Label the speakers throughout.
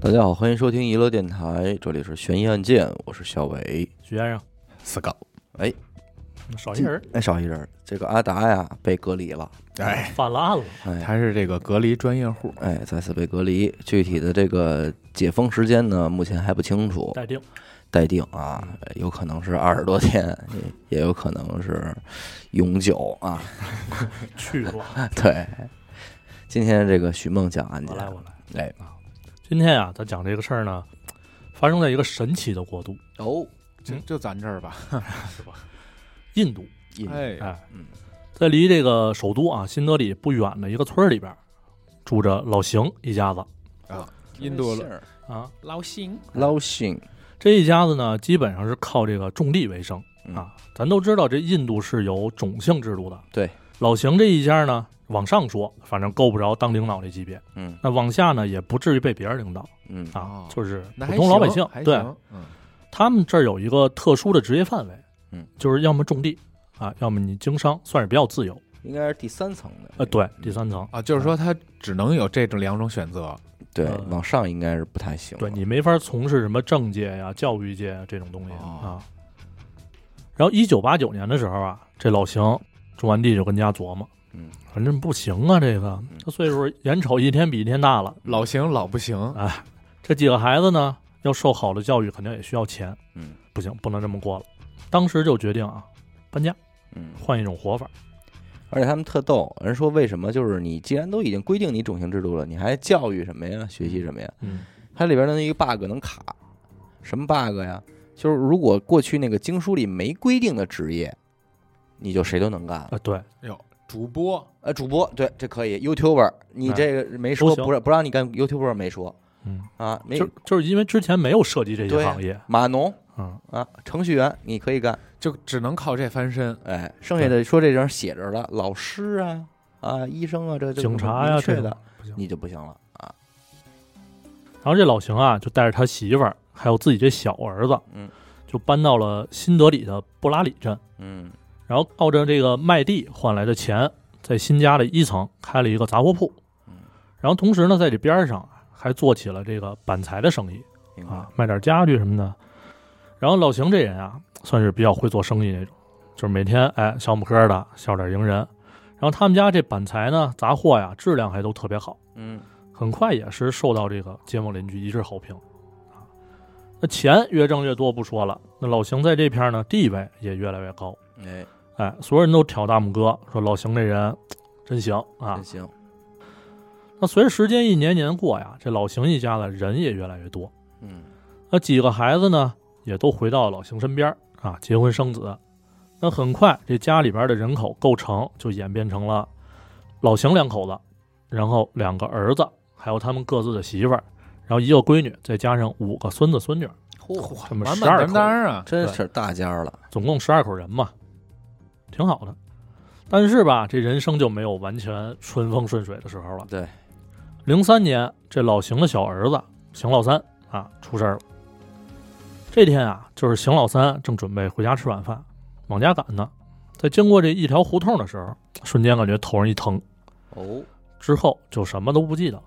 Speaker 1: 大家好，欢迎收听娱乐电台，这里是悬疑案件，我是小伟。
Speaker 2: 许先生，嗯
Speaker 3: 死狗，
Speaker 2: 少一人
Speaker 1: 哎，少一人儿，这个阿达呀被隔离了，
Speaker 3: 哎，
Speaker 2: 犯了案了，
Speaker 1: 哎
Speaker 3: 他是这个隔离专业户，
Speaker 1: 哎，再次被隔离。具体的这个解封时间呢，目前还不清楚，
Speaker 2: 待定。
Speaker 1: 待定啊，呃有可能是二十多 天，也有可能是永久啊。
Speaker 2: 去过，
Speaker 1: 对，今天这个许梦讲案
Speaker 2: 我
Speaker 1: 件，
Speaker 2: 来，我来。
Speaker 1: 哎
Speaker 2: 今天啊，咱讲这个事儿呢，发生在一个神奇的国度
Speaker 1: 哦，
Speaker 3: 就就咱这儿吧。
Speaker 2: ——印度。
Speaker 1: 印度
Speaker 3: 哎，
Speaker 2: 哎，
Speaker 1: 嗯
Speaker 2: 在离这个首都啊新德里不远的一个村儿里边，住着老邢一家子
Speaker 3: 印度
Speaker 1: 这是
Speaker 2: 啊。
Speaker 3: 捞心，
Speaker 1: 捞信，
Speaker 2: 这一家子呢，基本上是靠这个种地为生
Speaker 1: 嗯
Speaker 2: 啊。咱都知道，这印度是有种姓制度的。
Speaker 1: 对，
Speaker 2: 老邢这一家呢，往上说，反正够不着当领导那级别；
Speaker 1: 嗯
Speaker 2: 那往下呢，也不至于被别人领导
Speaker 1: 嗯
Speaker 2: 啊
Speaker 3: 哦，
Speaker 2: 就是
Speaker 3: 那
Speaker 2: 普
Speaker 3: 还
Speaker 2: 通老百
Speaker 3: 行
Speaker 2: 姓。
Speaker 3: 还
Speaker 2: 对，
Speaker 3: 行嗯，
Speaker 2: 他们这儿有一个特殊的职业范围，
Speaker 1: 嗯，
Speaker 2: 就是要么种地啊，要么你经商，算是比较自由。
Speaker 1: 应该是第三层的，
Speaker 2: 呃，对，第三层，
Speaker 3: 啊，就是说他只能有这种两种选择，
Speaker 1: 对
Speaker 2: 呃，
Speaker 1: 往上应该是不太行了，
Speaker 2: 对你没法从事什么政界呀、教育界呀这种东西、
Speaker 3: 哦
Speaker 2: 啊。然后一九八九年的时候啊，这老邢种完地就跟家琢磨，
Speaker 1: 嗯，
Speaker 2: 反正不行啊，这个
Speaker 3: 嗯
Speaker 2: 这岁数眼瞅一天比一天大了，
Speaker 3: 老行老不行，
Speaker 2: 哎，这几个孩子呢要受好的教育，肯定也需要钱，
Speaker 1: 嗯
Speaker 2: 不行，不能这么过了。当时就决定啊，搬家，
Speaker 1: 嗯，
Speaker 2: 换一种活法。
Speaker 1: 而且他们特逗，人说为什么就是你既然都已经规定你种姓制度了，你还教育什么呀？学习什么呀？
Speaker 2: 嗯，
Speaker 1: 它里边的那一个 bug 能卡，什么 bug 呀？就是如果过去那个经书里没规定的职业，你就谁都能干了。
Speaker 2: 啊，对，
Speaker 3: 哟，主播
Speaker 1: 呃，主播对，这可以，YouTuber，你
Speaker 2: 哎
Speaker 1: 这个没说，
Speaker 2: 都行
Speaker 1: 不让不让你干 YouTuber 没说
Speaker 2: 嗯。
Speaker 1: 啊，没
Speaker 2: 就就是因为之前没有涉及这
Speaker 1: 对
Speaker 2: 些
Speaker 1: 啊
Speaker 2: 行业，
Speaker 1: 码农
Speaker 2: 嗯，
Speaker 1: 啊，程序员你可以干，
Speaker 3: 就只能靠这翻身，
Speaker 1: 哎，剩下的说这人写着了，老师啊啊，医生啊，这 这
Speaker 2: 警察呀、
Speaker 1: 明
Speaker 2: 这
Speaker 1: 确
Speaker 2: 种
Speaker 1: 的
Speaker 2: 不行。
Speaker 1: 你就不行了啊，
Speaker 2: 然后这老邢啊，就带着他媳妇儿，还有自己这小儿子，
Speaker 1: 嗯，
Speaker 2: 就搬到了新德里的布拉里镇，
Speaker 1: 嗯
Speaker 2: 然后靠着这个卖地换来的钱，在新家的一层开了一个杂货铺，
Speaker 1: 嗯，
Speaker 2: 然后同时呢，在这边上还做起了这个板材的生意
Speaker 1: 明白
Speaker 2: 啊，卖点家具什么的。然后老邢这人啊，算是比较会做生意那种，就是每天哎笑呵呵的，笑脸迎人。然后他们家这板材呢，杂货呀，质量还都特别好。
Speaker 1: 嗯
Speaker 2: 很快也是受到这个街坊邻居一致好评啊。那钱越挣越多不说了，那老邢在这片儿呢地位也越来越高，
Speaker 1: 哎，
Speaker 2: 哎，所有人都挑大拇哥，说老邢这人真行啊
Speaker 1: 真。行，
Speaker 2: 那随着时间一年年过呀，这老邢一家的人也越来越多，
Speaker 1: 嗯
Speaker 2: 那几个孩子呢也都回到老邢身边儿啊，结婚生子。那很快这家里边的人口构成就演变成了老邢两口子，然后两个儿子，还有他们各自的媳妇儿，然后一个闺女，再加上五个孙子孙女，
Speaker 1: 嚯，
Speaker 2: 这么
Speaker 3: 满
Speaker 2: 十
Speaker 3: 满
Speaker 2: 二
Speaker 3: 当
Speaker 2: 口，
Speaker 3: 当啊，
Speaker 1: 真是大家儿了，
Speaker 2: 总共十二口人嘛，挺好的。但是吧，这人生就没有完全顺风顺水的时候了。
Speaker 1: 对，
Speaker 2: 零三年，这老邢的小儿子邢老三啊出事儿了。这天啊，就是邢老三正准备回家吃晚饭，往家赶呢，在经过这一条胡同的时候，瞬间感觉头上一疼，
Speaker 1: 哦，
Speaker 2: 之后就什么都不记得了。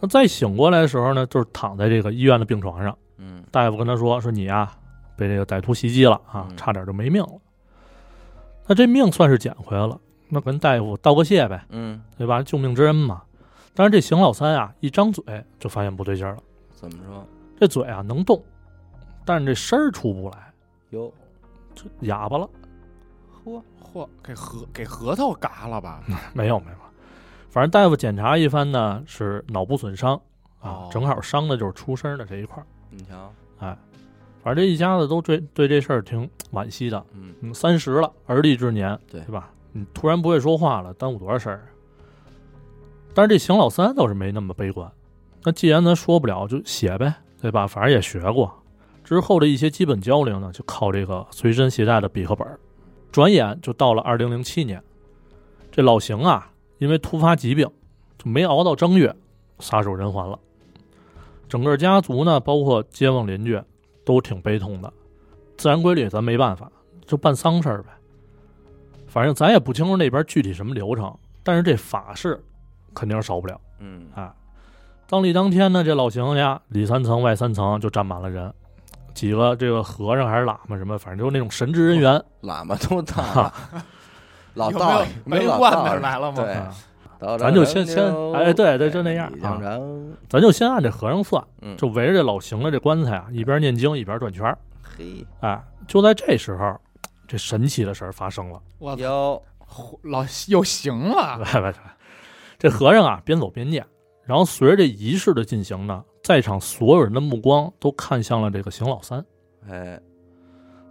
Speaker 2: 那再醒过来的时候呢，就是躺在这个医院的病床上，
Speaker 1: 嗯
Speaker 2: 大夫跟他说：“说你呀、被这个歹徒袭击了啊
Speaker 1: 嗯，
Speaker 2: 差点就没命了。那这命算是捡回来了，那跟大夫道个谢呗，
Speaker 1: 嗯，
Speaker 2: 对吧？救命之恩嘛。但是这邢老三啊，一张嘴就发现不对劲儿了，
Speaker 1: 怎么说？
Speaker 2: 这嘴啊能动，但是这声儿出不来，
Speaker 1: 哟，
Speaker 2: 就哑巴了。
Speaker 3: 嚯嚯，给核给核桃嘎了吧？
Speaker 2: 没有没有，反正大夫检查一番呢，是脑部损伤啊
Speaker 3: 哦，
Speaker 2: 正好伤的就是出声的这一块儿。
Speaker 1: 你瞧，
Speaker 2: 反正这一家子都对对这事儿挺惋惜的，
Speaker 1: 嗯，
Speaker 2: 嗯，三十了，而立之年，
Speaker 1: 对
Speaker 2: 对吧？你突然不会说话了，耽误多少事儿啊？但是这邢老三倒是没那么悲观。那既然咱说不了，就写呗，对吧？反正也学过，之后的一些基本交流呢，就靠这个随身携带的笔和本儿。转眼就到了二零零七年，这老邢啊，因为突发疾病，就没熬到正月，撒手人寰了。整个家族呢，包括街坊邻居，都挺悲痛的。自然规律咱没办法，就办丧事儿呗。反正咱也不清楚那边具体什么流程，但是这法事肯定是少不了
Speaker 1: 嗯
Speaker 2: 啊。葬礼当天呢，这老邢家里三层外三层就站满了人，几个这个和尚还是喇嘛什么，反正就是那种神职人员。
Speaker 1: 喇嘛都到了，老
Speaker 3: 有
Speaker 1: 道
Speaker 3: 没有
Speaker 1: 老道
Speaker 3: 白罐子
Speaker 1: 了，
Speaker 3: 来了吗？
Speaker 1: 对
Speaker 2: 啊
Speaker 1: 到了
Speaker 2: 咱就先
Speaker 1: 人
Speaker 2: 先
Speaker 1: 流
Speaker 2: 哎对对就那样
Speaker 1: 李江
Speaker 2: 啊
Speaker 1: 然
Speaker 2: 咱就先按这和尚算，
Speaker 1: 嗯，
Speaker 2: 就围着这老邢的这棺材啊，一边念经一边转圈儿。
Speaker 1: 嘿
Speaker 2: 哎，就在这时候，这神奇的事儿发生了。
Speaker 3: 我操
Speaker 1: 哟，
Speaker 3: 老又行 了，
Speaker 2: 来来来，这和尚啊边走边念，然后随着这仪式的进行呢，在场所有人的目光都看向了这个邢老三。
Speaker 1: 哎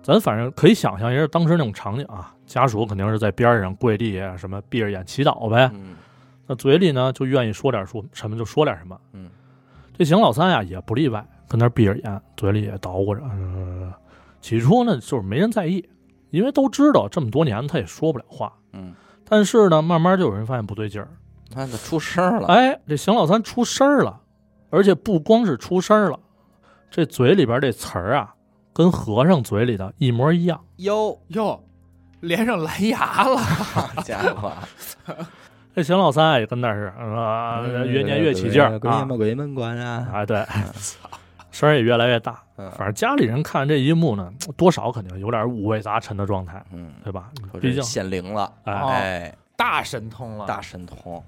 Speaker 2: 咱反正可以想象一下当时那种场景啊，家属肯定是在边上跪地啊，什么闭着眼祈祷呗。
Speaker 1: 嗯
Speaker 2: 那嘴里呢就愿意说点说什么就说点什么。
Speaker 1: 嗯，
Speaker 2: 这邢老三呀、也不例外，跟那儿闭着眼，嘴里也捣鼓着。嗯，起初呢就是没人在意，因为都知道这么多年他也说不了话。
Speaker 1: 嗯，
Speaker 2: 但是呢，慢慢就有人发现不对劲儿，
Speaker 1: 他都出声了，
Speaker 2: 哎，这邢老三出声儿了，而且不光是出声儿了，这嘴里边这词儿啊，跟和尚嘴里的一模一样。
Speaker 1: 哟，
Speaker 3: 哟，连上蓝牙了，
Speaker 1: 好家伙，
Speaker 2: 这邢老三也跟那是啊、呃越念越起劲儿
Speaker 1: 鬼
Speaker 2: 啊
Speaker 1: 门鬼门关啊，
Speaker 2: 啊，对， 声儿也越来越大。
Speaker 1: 嗯
Speaker 2: 反正家里人看这一幕呢，多少肯定有点五味杂陈的状态，
Speaker 1: 嗯，
Speaker 2: 对吧？
Speaker 1: 说
Speaker 2: 毕
Speaker 1: 这
Speaker 2: 竟，
Speaker 1: 显灵了，
Speaker 2: 哎，
Speaker 3: 哦
Speaker 1: 哎，
Speaker 3: 大神通了，
Speaker 1: 大神通，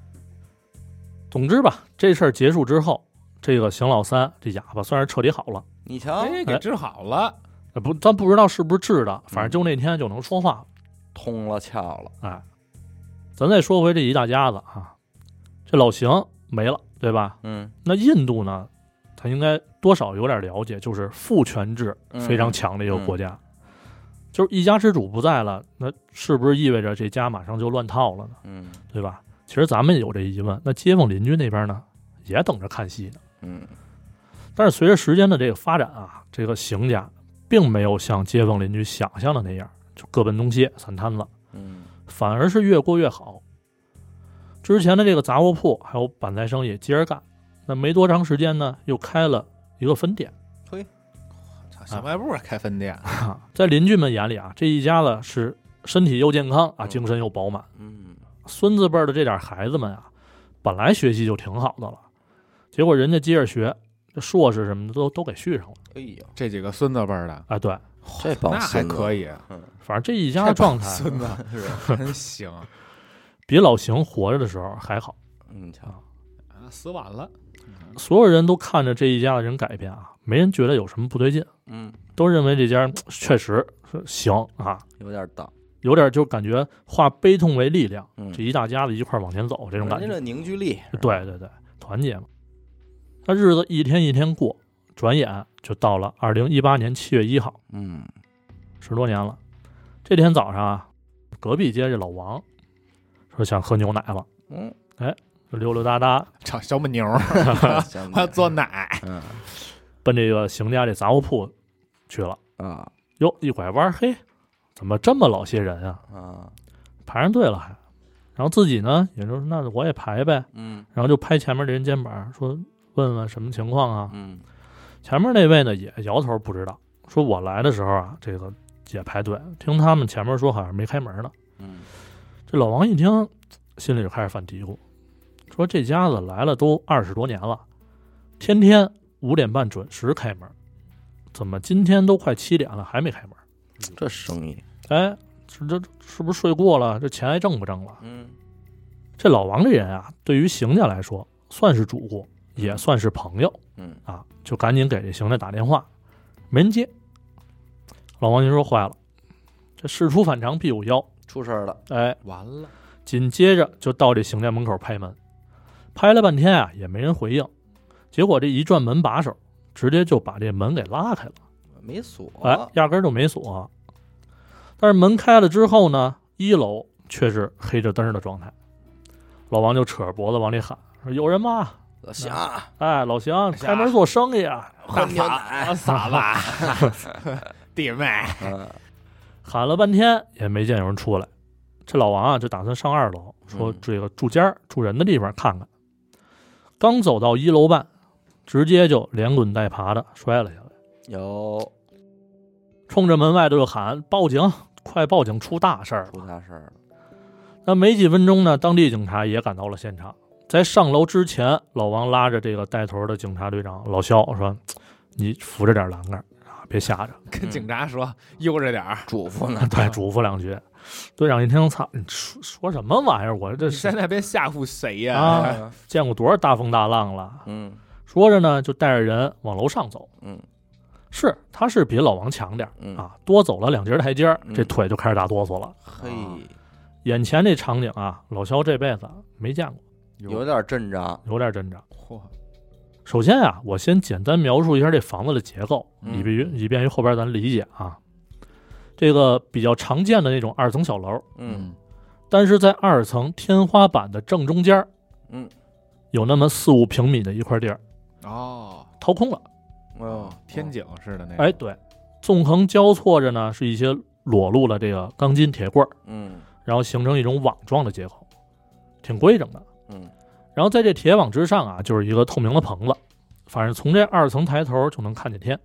Speaker 2: 总之吧，这事儿结束之后，这个邢老三这哑巴算是彻底好了。
Speaker 1: 你瞧，
Speaker 3: 哎，给治好了，
Speaker 2: 呃不，咱不知道是不是治的，反
Speaker 1: 嗯
Speaker 2: 正就那天就能说话了
Speaker 1: 通了窍了，
Speaker 2: 哎，咱再说回这一大家子啊，这老邢没了，对吧？
Speaker 1: 嗯，
Speaker 2: 那印度呢，他应该多少有点了解，就是父权制
Speaker 1: 嗯
Speaker 2: 非常强的一个国家，就是一家之主不在了，那是不是意味着这家马上就乱套了呢？
Speaker 1: 嗯
Speaker 2: 对吧？其实咱们有这疑问，那街坊邻居那边呢，也等着看戏呢。
Speaker 1: 嗯，
Speaker 2: 但是随着时间的这个发展啊，这个邢家并没有像街坊邻居想象的那样，就各奔东西散摊子。
Speaker 1: 嗯
Speaker 2: 反而是越过越好。之前的这个杂货铺还有板材生意接着干，那没多长时间呢，又开了一个分店。
Speaker 3: 操小卖部开分店，
Speaker 2: 啊在邻居们眼里啊，这一家子是身体又健康啊，
Speaker 1: 嗯
Speaker 2: 精神又饱满。
Speaker 1: 嗯，
Speaker 2: 孙子辈儿的这点孩子们啊，本来学习就挺好的了，结果人家接着学，这硕士什么的都都给续上了。
Speaker 1: 哎呦，
Speaker 3: 这几个孙子辈儿的，
Speaker 2: 哎，对，
Speaker 1: 这帮
Speaker 3: 那还
Speaker 1: 孙子
Speaker 3: 可以，啊
Speaker 2: 反正这一家的状态
Speaker 3: 孙子是真 行，
Speaker 2: 比老邢活着的时候还好。
Speaker 1: 嗯你瞧，
Speaker 3: 啊死晚了，
Speaker 2: 所有人都看着这一家的人改变啊，没人觉得有什么不对劲。
Speaker 1: 嗯，
Speaker 2: 都认为这家嗯确实是行啊，
Speaker 1: 有点道，
Speaker 2: 有点就感觉化悲痛为力量，
Speaker 1: 嗯，
Speaker 2: 这一大家子一块儿往前走这种感
Speaker 1: 人家
Speaker 2: 觉
Speaker 1: 这。凝聚力，
Speaker 2: 对对对，团结嘛。那日子一天一天过，转眼就到了二零一八年七月一号，
Speaker 1: 嗯，
Speaker 2: 十多年了。这天早上啊，隔壁街这老王说想喝牛奶了，
Speaker 1: 嗯，
Speaker 2: 就溜溜达达
Speaker 3: 找小母 牛，
Speaker 1: 行
Speaker 3: 我要做奶，
Speaker 1: 嗯
Speaker 2: 奔这个邢家这杂货铺去了。
Speaker 1: 啊
Speaker 2: 哟，一拐弯，嘿，怎么这么老些人啊？
Speaker 1: 啊，
Speaker 2: 排上队了还，然后自己呢也就是那我也排呗，
Speaker 1: 嗯
Speaker 2: 然后就拍前面这人肩膀说问问什么情况啊？
Speaker 1: 嗯
Speaker 2: 前面那位呢也摇头不知道，说我来的时候啊这个也排队，听他们前面说好像没开门呢。
Speaker 1: 嗯，
Speaker 2: 这老王一听，心里就开始犯嘀咕，说这家子来了都二十多年了，天天五点半准时开门，怎么今天都快七点了还没开门？
Speaker 1: 这生意，
Speaker 2: 哎，这这这是不是睡过了？这钱还挣不挣了？
Speaker 1: 嗯
Speaker 2: 这老王这人啊，对于邢家来说算是主顾，也算是朋友
Speaker 1: 嗯
Speaker 2: 啊，就赶紧给这邢家打电话，没人接。老王就说坏了，这事出反常必有妖，
Speaker 1: 出事儿了，
Speaker 2: 哎，
Speaker 3: 完了，
Speaker 2: 紧接着就到这邢家门口拍门，拍了半天啊也没人回应，结果这一转门把手，直接就把这门给拉开了，
Speaker 1: 没锁，
Speaker 2: 哎，压根儿就没锁。但是门开了之后呢，一楼却是黑着灯儿的状态，老王就扯着脖子往里喊说：“有人吗？”
Speaker 1: 老夏，
Speaker 2: 哎，老邢开门做生意啊，
Speaker 1: 喝牛
Speaker 3: 我
Speaker 1: 奶，
Speaker 3: 傻吧， 弟妹，
Speaker 1: 嗯
Speaker 2: 喊了半天也没见有人出来。这老王啊，就打算上二楼，说
Speaker 1: 嗯
Speaker 2: 这个住家儿住人的地方看看。刚走到一楼半，直接就连滚带爬的摔了下来，
Speaker 1: 嗯有
Speaker 2: 冲着门外头就喊：“报警！快报警！出大事儿了
Speaker 1: 出大事儿了，！”
Speaker 2: 那没几分钟呢，当地警察也赶到了现场，在上楼之前，老王拉着这个带头的警察队长老肖说：“你扶着点栏杆儿啊，别吓着。
Speaker 3: 跟警察说悠着点儿，
Speaker 1: 嘱咐呢”，
Speaker 2: 对，嘱咐两句。队长一听，操，你说说什么玩意儿？我这
Speaker 3: 你
Speaker 2: 是
Speaker 3: 在那边吓唬谁呀、
Speaker 2: 啊见过多少大风大浪了？
Speaker 1: 嗯
Speaker 2: 说着呢，就带着人往楼上走。
Speaker 1: 嗯
Speaker 2: 是，他是比老王强点儿
Speaker 1: 嗯，
Speaker 2: 啊，多走了两节台阶儿，
Speaker 1: 嗯
Speaker 2: 这腿就开始打哆嗦了。
Speaker 1: 嘿，
Speaker 2: 眼前这场景啊，老肖这辈子没见过，
Speaker 1: 有点阵仗，
Speaker 2: 有点真着。
Speaker 3: 嚯，
Speaker 2: 首先啊，我先简单描述一下这房子的结构，
Speaker 1: 嗯
Speaker 2: 以便于以便于后边咱理解啊。这个比较常见的那种二层小楼，
Speaker 1: 嗯
Speaker 2: 但是在二层天花板的正中间儿，
Speaker 1: 嗯，
Speaker 2: 有那么四五平米的一块地儿
Speaker 3: 哦
Speaker 2: 掏空了。
Speaker 1: 哦，
Speaker 3: 天井似的那个，
Speaker 2: 哎，对，纵横交错着呢是一些裸露的这个钢筋铁棍儿，
Speaker 1: 嗯
Speaker 2: 然后形成一种网状的结构，挺规整的。
Speaker 1: 嗯
Speaker 2: 然后在这铁网之上啊，就是一个透明的棚子，反正从这二层抬头就能看见天，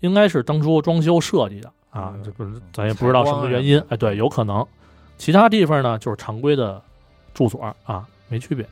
Speaker 2: 应该是当初装修设计的啊
Speaker 1: 嗯，
Speaker 2: 这不是咱也不知道什么原因，哎，对，有可能。其他地方呢就是常规的住所啊，没区别。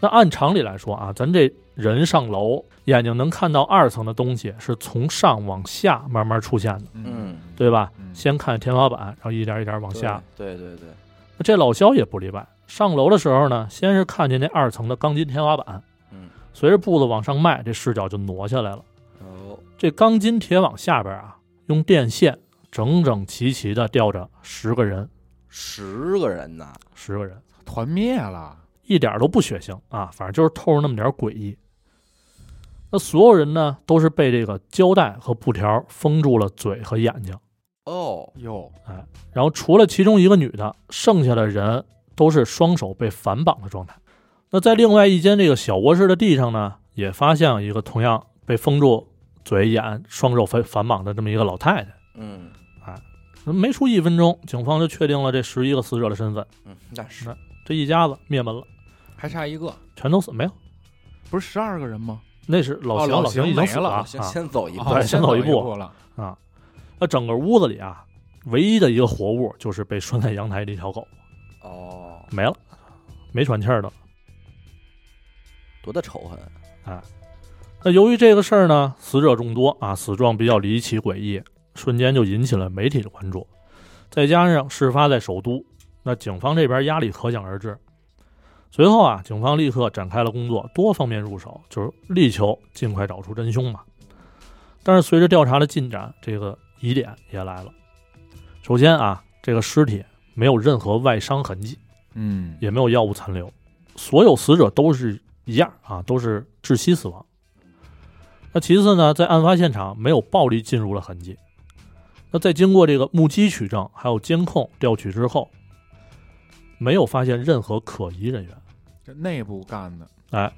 Speaker 2: 那按常理来说啊，咱这人上楼，眼睛能看到二层的东西是从上往下慢慢出现的，
Speaker 1: 嗯
Speaker 2: 对吧？
Speaker 3: 嗯
Speaker 2: 先看天花板，然后一点一点往下，，
Speaker 1: 对对对，
Speaker 2: 那这老肖也不例外。上楼的时候呢，先是看见那二层的钢筋天花板，
Speaker 1: 嗯，
Speaker 2: 随着步子往上迈，这视角就挪下来了。
Speaker 1: 哦，
Speaker 2: 这钢筋铁网下边啊，用电线整整齐齐的吊着十个人，
Speaker 1: 十个人呐，
Speaker 2: 十个人，
Speaker 3: 团灭了，
Speaker 2: 一点都不血腥啊，反正就是透着那么点诡异。那所有人呢，都是被这个胶带和布条封住了嘴和眼睛，
Speaker 1: 哦，
Speaker 3: 哟，
Speaker 2: 然后除了其中一个女的，剩下的人都是双手被反绑的状态。那在另外一间这个小卧室的地上呢，也发现了一个同样被封住嘴、眼、双手反反绑的这么一个老太太。
Speaker 1: 嗯
Speaker 2: 没出一分钟，警方就确定了这十一个死者的身份，
Speaker 1: 嗯，那是
Speaker 2: 那这一家子灭门了，
Speaker 3: 还差一个，
Speaker 2: 全都死没有。
Speaker 3: 不是十二个人吗？
Speaker 2: 那是老
Speaker 3: 哦
Speaker 2: 邢，
Speaker 3: 老
Speaker 2: 老邢
Speaker 3: 邢
Speaker 2: 已经
Speaker 3: 没
Speaker 2: 死
Speaker 3: 了
Speaker 2: 了
Speaker 1: 行，
Speaker 2: 啊。
Speaker 1: 先走一步
Speaker 3: 哦，
Speaker 2: 对先走
Speaker 3: 一
Speaker 2: 一步
Speaker 3: 了，
Speaker 2: 那整个屋子里啊，唯一的一个活物就是被拴在阳台的一条狗，
Speaker 1: 哦，
Speaker 2: 没了，没喘气儿的了。
Speaker 1: 多大仇恨，啊
Speaker 2: 那由于这个事儿呢，死者众多啊，死状比较离奇诡异，瞬间就引起了媒体的关注。再加上事发在首都，那警方这边压力可想而知。随后啊，警方立刻展开了工作，多方面入手，就是力求尽快找出真凶嘛。但是随着调查的进展，这个疑点也来了。首先啊，这个尸体没有任何外伤痕迹，
Speaker 3: 嗯，
Speaker 2: 也没有药物残留，所有死者都是一样啊，都是窒息死亡。那其次呢，在案发现场没有暴力进入的痕迹。那在经过这个目击取证还有监控调取之后，没有发现任何可疑人员，
Speaker 3: 这内部干的，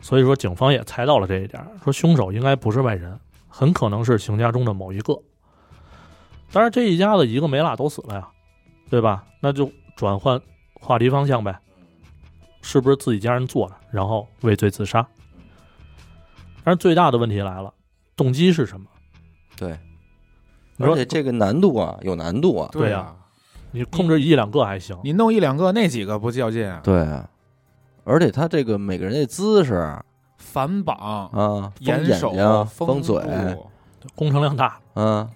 Speaker 2: 所以说警方也猜到了这一点，说凶手应该不是外人，很可能是邢家中的某一个。当然，这一家子一个没落都死了呀，对吧？那就转换话题方向呗，是不是自己家人做的，然后畏罪自杀？但是最大的问题来了，动机是什么？
Speaker 1: 对，
Speaker 2: 你
Speaker 1: 而
Speaker 2: 说
Speaker 1: 且这个难度啊，有难度啊，
Speaker 2: 对
Speaker 3: 呀
Speaker 2: 呀，你控制一两个还行，
Speaker 3: 你弄一两个，那几个不较劲啊？
Speaker 1: 对啊，而且他这个每个人的姿势啊，
Speaker 3: 反
Speaker 2: 嗯
Speaker 3: 绑、
Speaker 1: 封
Speaker 3: 严
Speaker 1: 眼
Speaker 3: 手
Speaker 1: 睛啊、、封
Speaker 3: 封
Speaker 1: 嘴，
Speaker 3: 住
Speaker 2: 工程量大，
Speaker 1: 嗯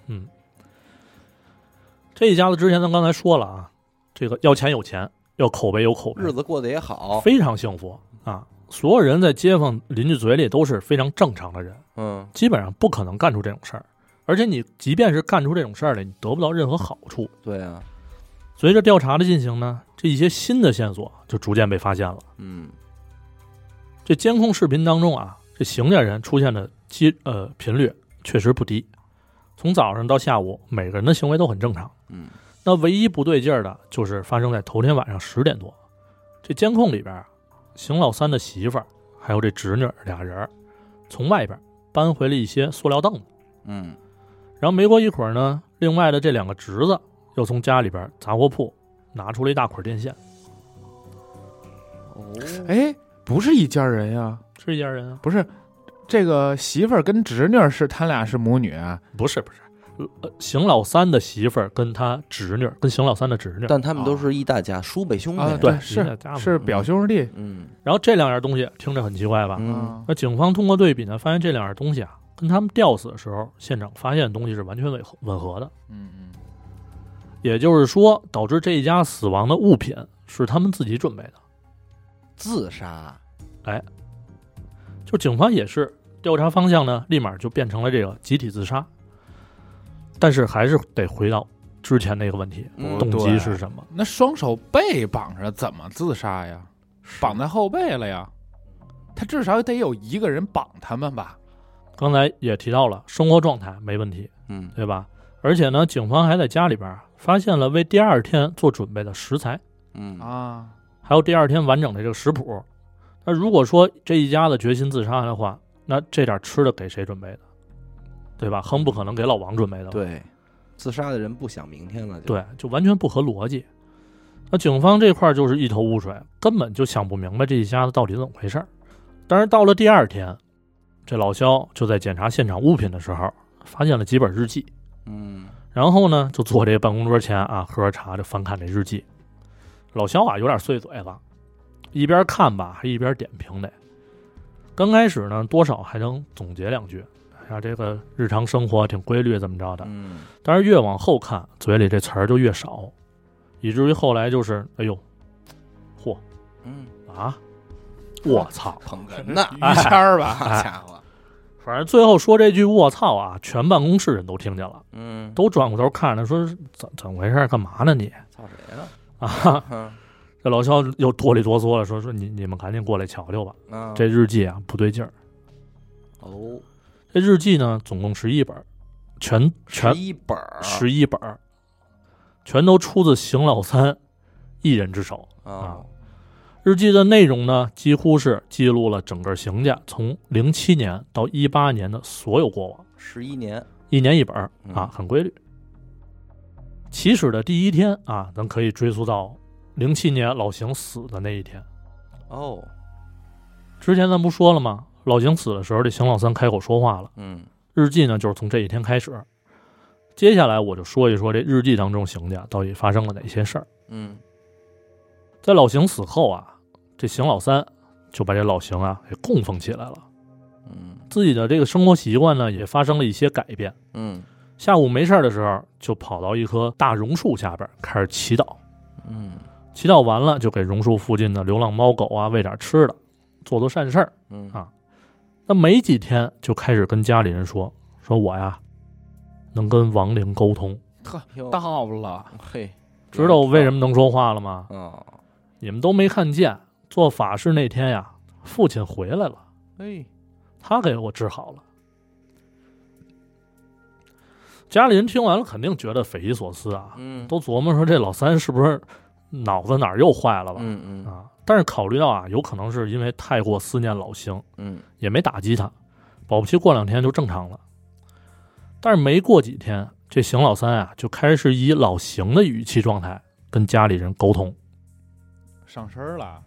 Speaker 2: 这一家子之前咱刚才说了啊，这个要钱有钱，要口碑有口碑，
Speaker 1: 日子过得也好，
Speaker 2: 非常幸福啊！所有人在街坊邻居嘴里都是非常正常的人，
Speaker 1: 嗯
Speaker 2: 基本上不可能干出这种事儿。而且你即便是干出这种事儿来，你得不到任何好处。
Speaker 1: 对啊，
Speaker 2: 随着调查的进行呢，这一些新的线索就逐渐被发现了。
Speaker 1: 嗯
Speaker 2: 这监控视频当中啊，这邢家人出现的机呃频率确实不低，从早上到下午，每个人的行为都很正常。
Speaker 1: 嗯
Speaker 2: 那唯一不对劲儿的就是发生在头天晚上十点多，这监控里边儿，邢老三的媳妇儿还有这侄女儿俩人儿从外边儿搬回了一些塑料凳子，
Speaker 1: 嗯
Speaker 2: 然后没过一会儿呢，另外的这两个侄子又从家里边儿杂货铺拿出了一大捆电线，
Speaker 1: 哦，
Speaker 3: 哎，不是一家人呀，
Speaker 2: 是一家人啊？
Speaker 3: 不是。这个媳妇儿跟侄女儿是他俩是母女啊，
Speaker 2: 不是不是，呃邢老三的媳妇儿跟他侄女儿，跟邢老三的侄女儿，
Speaker 1: 但他们都是一大家，叔辈兄
Speaker 3: 啊
Speaker 1: 弟。
Speaker 2: 啊对，
Speaker 3: 对是
Speaker 2: 人家家嘛
Speaker 3: 是表兄弟啊
Speaker 1: 嗯
Speaker 2: 然后这两样东西听着很奇怪吧？
Speaker 1: 嗯，
Speaker 2: 那警方通过对比呢，发现这两样东西啊，跟他们吊死的时候现场发现的东西是完全吻合吻合的。
Speaker 3: 嗯嗯
Speaker 2: 也就是说，导致这一家死亡的物品是他们自己准备的。
Speaker 1: 自杀。
Speaker 2: 就警方也是调查方向呢，立马就变成了这个集体自杀。但是还是得回到之前那个问题，
Speaker 1: 嗯
Speaker 3: 不
Speaker 2: 动机
Speaker 3: 对
Speaker 2: 是什么？
Speaker 3: 那双手被绑着怎么自杀呀？绑在后背了呀？他至少得有一个人绑他们吧？
Speaker 2: 刚才也提到了，生活状态没问题，
Speaker 1: 嗯
Speaker 2: 对吧？而且呢，警方还在家里边啊发现了为第二天做准备的食材。
Speaker 1: 嗯
Speaker 3: 啊，
Speaker 2: 还有第二天完整的这个食谱。那如果说这一家子决心自杀的话，那这点吃的给谁准备的？对吧？很不可能给老王准备的。
Speaker 1: 对，自杀的人不想明天了就。，
Speaker 2: 对，就完全不合逻辑。那警方这块儿就是一头雾水，根本就想不明白这一家子到底怎么回事儿。但是到了第二天，这老肖就在检查现场物品的时候，发现了几本日记。
Speaker 1: 嗯
Speaker 2: 然后呢，就坐这办公桌前啊，喝着茶就翻看这日记。老肖啊，有点碎嘴子，一边看吧，还一边点评得。刚开始呢，多少还能总结两句，哎呀，这个日常生活挺规律，怎么着的。
Speaker 1: 嗯
Speaker 2: 但是越往后看，嘴里这词儿就越少，以至于后来就是，哎呦，嚯
Speaker 1: 嗯，
Speaker 2: 啊，我操！
Speaker 1: 捧哏
Speaker 3: 于
Speaker 1: 呢，
Speaker 3: 谦儿吧？
Speaker 1: 好家伙，
Speaker 2: 反正最后说这句“我操”啊，全办公室人都听见了，
Speaker 1: 嗯，
Speaker 2: 都转过头看着，说怎怎么回事儿？干嘛呢你
Speaker 1: 操谁了？
Speaker 2: 啊？
Speaker 1: 嗯
Speaker 2: 这老肖又哆里哆嗦了，说说你你们赶紧过来瞧瞧吧，
Speaker 1: 啊
Speaker 2: 这日记啊不对劲儿。
Speaker 1: 哦，
Speaker 2: 这日记呢，总共十一本儿，全全
Speaker 1: 十一本儿
Speaker 2: 十一本儿，啊全都出自邢老三一人之手。
Speaker 1: 啊，
Speaker 2: 日记的内容呢，几乎是记录了整个邢家从零七年到一八年的所有过往，
Speaker 1: 十一年。
Speaker 2: 一年一本儿
Speaker 1: 嗯
Speaker 2: 啊，很规律。起始的第一天啊，咱可以追溯到零七年老邢死的那一天。
Speaker 1: 哦，
Speaker 2: 之前咱不说了吗？老邢死的时候，这邢老三开口说话了。
Speaker 1: 嗯
Speaker 2: 日记呢，就是从这一天开始。接下来我就说一说这日记当中邢家到底发生了哪些事儿。
Speaker 1: 嗯
Speaker 2: 在老邢死后啊，这邢老三就把这老邢啊给供奉起来了，
Speaker 1: 嗯
Speaker 2: 自己的这个生活习惯呢也发生了一些改变。
Speaker 1: 嗯
Speaker 2: 下午没事儿的时候，就跑到一棵大榕树下边儿开始祈祷。
Speaker 1: 嗯
Speaker 2: 祈祷完了，就给榕树附近的流浪猫狗啊喂点吃的，做做善事儿。
Speaker 1: 嗯
Speaker 2: 啊那没几天就开始跟家里人说，说我呀能跟亡灵沟通，
Speaker 1: 哟
Speaker 3: 到了，
Speaker 1: 嘿，
Speaker 2: 知道我为什么能说话了吗？
Speaker 1: 啊？
Speaker 2: 你们都没看见，做法事那天呀，父亲回来了，
Speaker 1: 哎，
Speaker 2: 他给我治好了。家里人听完了，肯定觉得匪夷所思啊，
Speaker 1: 嗯，
Speaker 2: 都琢磨说这老三是不是脑子哪儿又坏了吧？
Speaker 1: 嗯嗯
Speaker 2: 啊，但是考虑到啊，有可能是因为太过思念老邢，
Speaker 1: 嗯
Speaker 2: 也没打击他，保不齐过两天就正常了。但是没过几天，这邢老三啊就开始以老邢的语气状态跟家里人沟通，
Speaker 3: 上身了，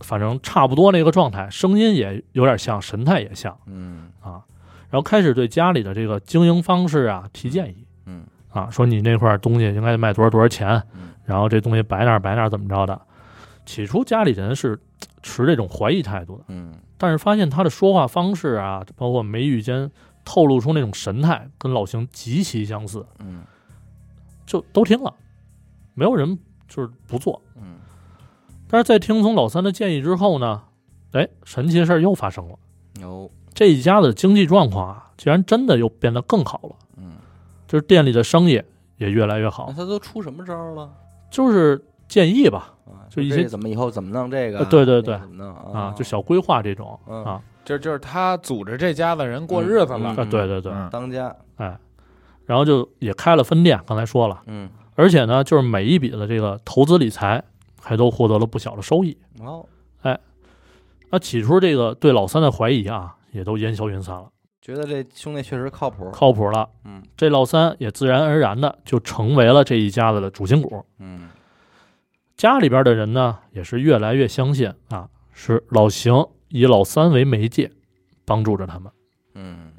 Speaker 2: 反正差不多那个状态，声音也有点像，神态也像
Speaker 1: 嗯
Speaker 2: 啊。然后开始对家里的这个经营方式啊提建议
Speaker 1: 嗯
Speaker 2: 啊，说你那块儿东西应该卖多少多少钱
Speaker 1: 嗯，
Speaker 2: 然后这东西摆哪儿摆哪儿怎么着的。起初家里人是持这种怀疑态度的。
Speaker 1: 嗯
Speaker 2: 但是发现他的说话方式啊，包括眉宇间透露出那种神态，跟老邢极其相似，
Speaker 1: 嗯
Speaker 2: 就都听了，没有人就是不做。
Speaker 1: 嗯，
Speaker 2: 但是在听从老三的建议之后呢，哎，神奇的事儿又发生了，
Speaker 1: 有，
Speaker 2: 这一家的经济状况啊，竟然真的又变得更好了，
Speaker 1: 嗯，
Speaker 2: 就是店里的生意也越来越
Speaker 1: 那
Speaker 2: 好，
Speaker 1: 他都出什么招儿了？
Speaker 2: 就是建议吧，
Speaker 1: 啊，
Speaker 2: 就一
Speaker 1: 这
Speaker 2: 些
Speaker 1: 怎么以后怎么弄这个啊？
Speaker 2: 呃对对
Speaker 1: 那个
Speaker 2: 对
Speaker 1: 怎么弄
Speaker 2: 啊，就小规划这种
Speaker 1: 嗯
Speaker 2: 啊，
Speaker 3: 就就是他组织这家子人过日子
Speaker 1: 嗯
Speaker 3: 了
Speaker 2: 啊，对对对，
Speaker 3: 嗯
Speaker 1: 当家，
Speaker 2: 哎，然后就也开了分店，刚才说了。
Speaker 1: 嗯，
Speaker 2: 而且呢，就是每一笔的这个投资理财，还都获得了不小的收益。
Speaker 1: 然后
Speaker 2: 那起初这个对老三的怀疑啊，也都烟消云散了，
Speaker 1: 觉得这兄弟确实靠谱，
Speaker 2: 靠谱了。
Speaker 1: 嗯
Speaker 2: 这老三也自然而然的就成为了这一家子的主心骨。
Speaker 1: 嗯
Speaker 2: 家里边的人呢，也是越来越相信啊，是老邢以老三为媒介，帮助着他们。
Speaker 1: 嗯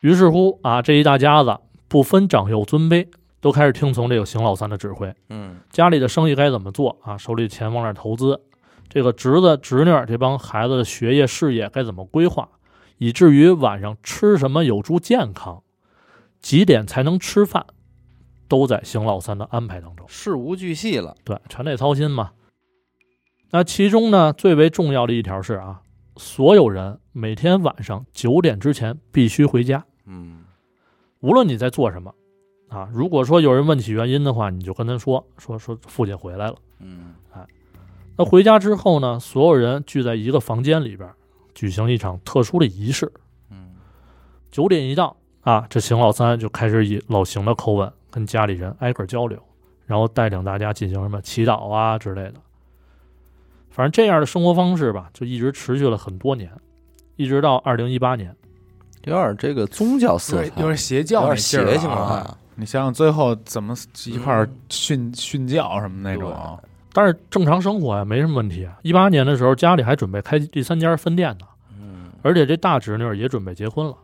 Speaker 2: 于是乎啊，这一大家子不分长幼尊卑，都开始听从这个邢老三的指挥。
Speaker 1: 嗯
Speaker 2: 家里的生意该怎么做啊？手里钱往哪儿投资？这个侄子侄女儿这帮孩子的学业事业该怎么规划？以至于晚上吃什么有助健康，几点才能吃饭，都在邢老三的安排当中。
Speaker 1: 事无巨细了，
Speaker 2: 对，全得操心嘛。那其中呢，最为重要的一条是啊，所有人每天晚上九点之前必须回家，
Speaker 1: 嗯
Speaker 2: 无论你在做什么啊。如果说有人问起原因的话，你就跟他说说说父亲回来了。
Speaker 1: 嗯
Speaker 2: 那回家之后呢，所有人聚在一个房间里边儿，举行一场特殊的仪式。
Speaker 1: 嗯
Speaker 2: 九点一到啊，这邢老三就开始以老邢的口吻跟家里人挨个交流，然后带领大家进行什么祈祷啊之类的。反正这样的生活方式吧，就一直持续了很多年，一直到二零一八年。
Speaker 1: 有点这个宗教
Speaker 3: 有
Speaker 1: 色
Speaker 3: 点
Speaker 1: 彩，
Speaker 3: 有点邪教
Speaker 1: 有
Speaker 3: 那
Speaker 1: 点
Speaker 3: 劲儿了
Speaker 1: 邪性了
Speaker 3: 啊
Speaker 1: 啊
Speaker 3: 你想想最后怎么一块儿训训教什么那种啊，
Speaker 2: 但是正常生活呀、没什么问题啊。一八年的时候，家里还准备开第三家分店呢，
Speaker 1: 嗯
Speaker 2: 而且这大侄女儿也准备结婚了。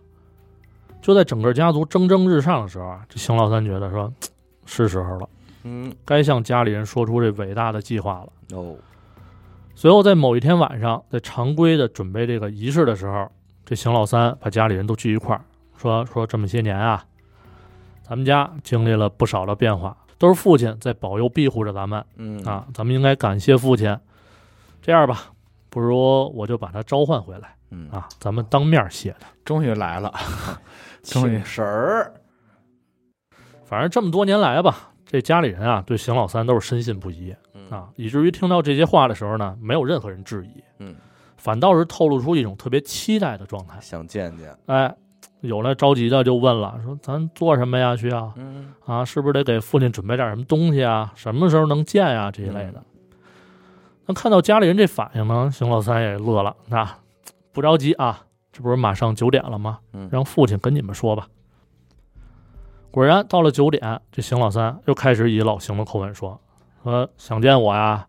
Speaker 2: 就在整个家族蒸蒸日上的时候啊，这邢老三觉得说，嘖是时候了，
Speaker 1: 嗯
Speaker 2: 该向家里人说出这伟大的计划了。
Speaker 1: 哦
Speaker 2: 随后在某一天晚上，在常规的准备这个仪式的时候，这邢老三把家里人都聚一块儿，说说这么些年啊，咱们家经历了不少的变化，都是父亲在保佑庇护着咱们
Speaker 1: 嗯
Speaker 2: 啊，咱们应该感谢父亲。这样吧，不如我就把他召唤回来
Speaker 1: 嗯
Speaker 2: 啊，咱们当面谢他。
Speaker 3: 终于来了， 终于
Speaker 1: 请神儿，
Speaker 2: 反正这么多年来吧，这家里人啊对邢老三都是深信不疑
Speaker 1: 嗯
Speaker 2: 啊，以至于听到这些话的时候呢，没有任何人质疑，
Speaker 1: 嗯，
Speaker 2: 反倒是透露出一种特别期待的状态。
Speaker 1: 想见见，
Speaker 2: 哎，有那着急的就问了，说咱做什么呀？需要
Speaker 1: 嗯
Speaker 2: 啊，是不是得给父亲准备点什么东西啊？什么时候能见呀？这一类的。那看到家里人这反应呢，邢老三也乐了，那、不着急啊，这不是马上九点了吗？
Speaker 1: 嗯
Speaker 2: 让父亲跟你们说吧。果然到了九点，这邢老三又开始以老邢的口吻说：“说想见我呀，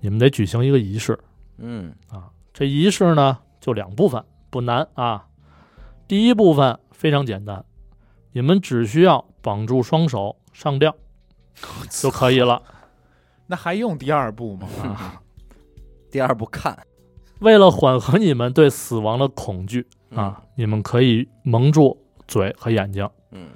Speaker 2: 你们得举行一个仪式。
Speaker 1: 嗯
Speaker 2: 啊，这仪式呢就两部分，不难啊。第一部分非常简单，你们只需要绑住双手上吊就可以了。
Speaker 3: 那还用第二步吗？
Speaker 2: 啊
Speaker 1: 第二步看
Speaker 2: 为了缓和你们对死亡的恐惧啊，，你们可以蒙住嘴和眼睛，
Speaker 1: 嗯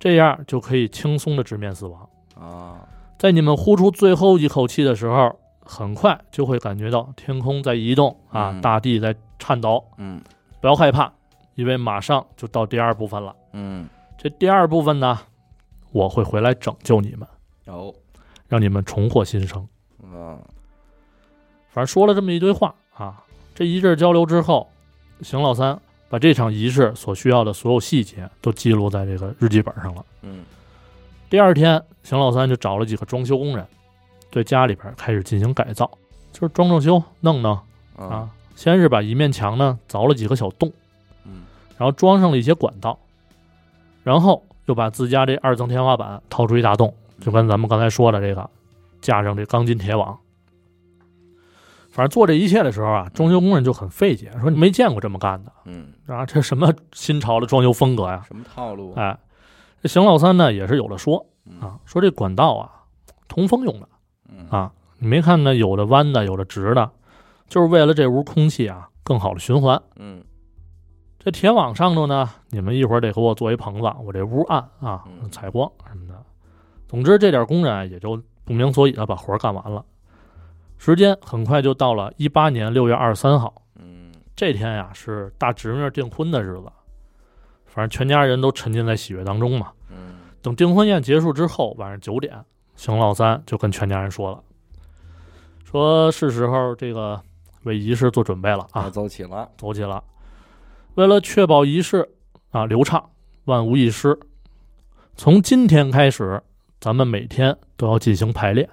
Speaker 2: 这样就可以轻松的直面死亡。
Speaker 1: 嗯啊
Speaker 2: 在你们呼出最后一口气的时候，很快就会感觉到天空在移动啊
Speaker 1: 嗯，
Speaker 2: 大地在颤抖。
Speaker 1: 嗯
Speaker 2: 不要害怕，因为马上就到第二部分了。
Speaker 1: 嗯
Speaker 2: 这第二部分呢，我会回来拯救你们，
Speaker 1: 有
Speaker 2: 让你们重获新生。
Speaker 1: 嗯
Speaker 2: 反正说了这么一堆话啊，这一阵交流之后，邢老三把这场仪式所需要的所有细节都记录在这个日记本上了。
Speaker 1: 嗯
Speaker 2: 第二天，邢老三就找了几个装修工人，对家里边开始进行改造，就是装装修、弄弄啊。先是把一面墙呢凿了几个小洞，
Speaker 1: 嗯
Speaker 2: 然后装上了一些管道，然后又把自家这二层天花板掏出一大洞，就跟咱们刚才说的这个，架上这钢筋铁网。反正做这一切的时候啊，装修工人就很费解，说你没见过这么干的
Speaker 1: 嗯
Speaker 2: 啊，这什么新潮的装修风格呀？
Speaker 1: 什么套路？啊
Speaker 2: 哎，这邢老三呢也是有的说
Speaker 1: 嗯
Speaker 2: 啊，说这管道啊，通风用的
Speaker 1: 嗯
Speaker 2: 啊，你没看呢，有的弯的，有的直的，就是为了这屋空气啊更好的循环。
Speaker 1: 嗯
Speaker 2: 这铁网上头呢，你们一会儿得给我做一棚子，我这屋暗啊
Speaker 1: 嗯，
Speaker 2: 采光什么的。总之，这点工人啊也就不明所以的把活儿干完了。时间很快就到了一八年六月二十三号，
Speaker 1: 嗯
Speaker 2: 这天呀是大侄女订婚的日子，反正全家人都沉浸在喜悦当中嘛。
Speaker 1: 嗯
Speaker 2: 等订婚宴结束之后，晚上九点，邢老三就跟全家人说了，说是时候这个为仪式做准备了啊
Speaker 1: 要，走起了，
Speaker 2: 走起了。为了确保仪式啊流畅，万无一失，从今天开始，咱们每天都要进行排练，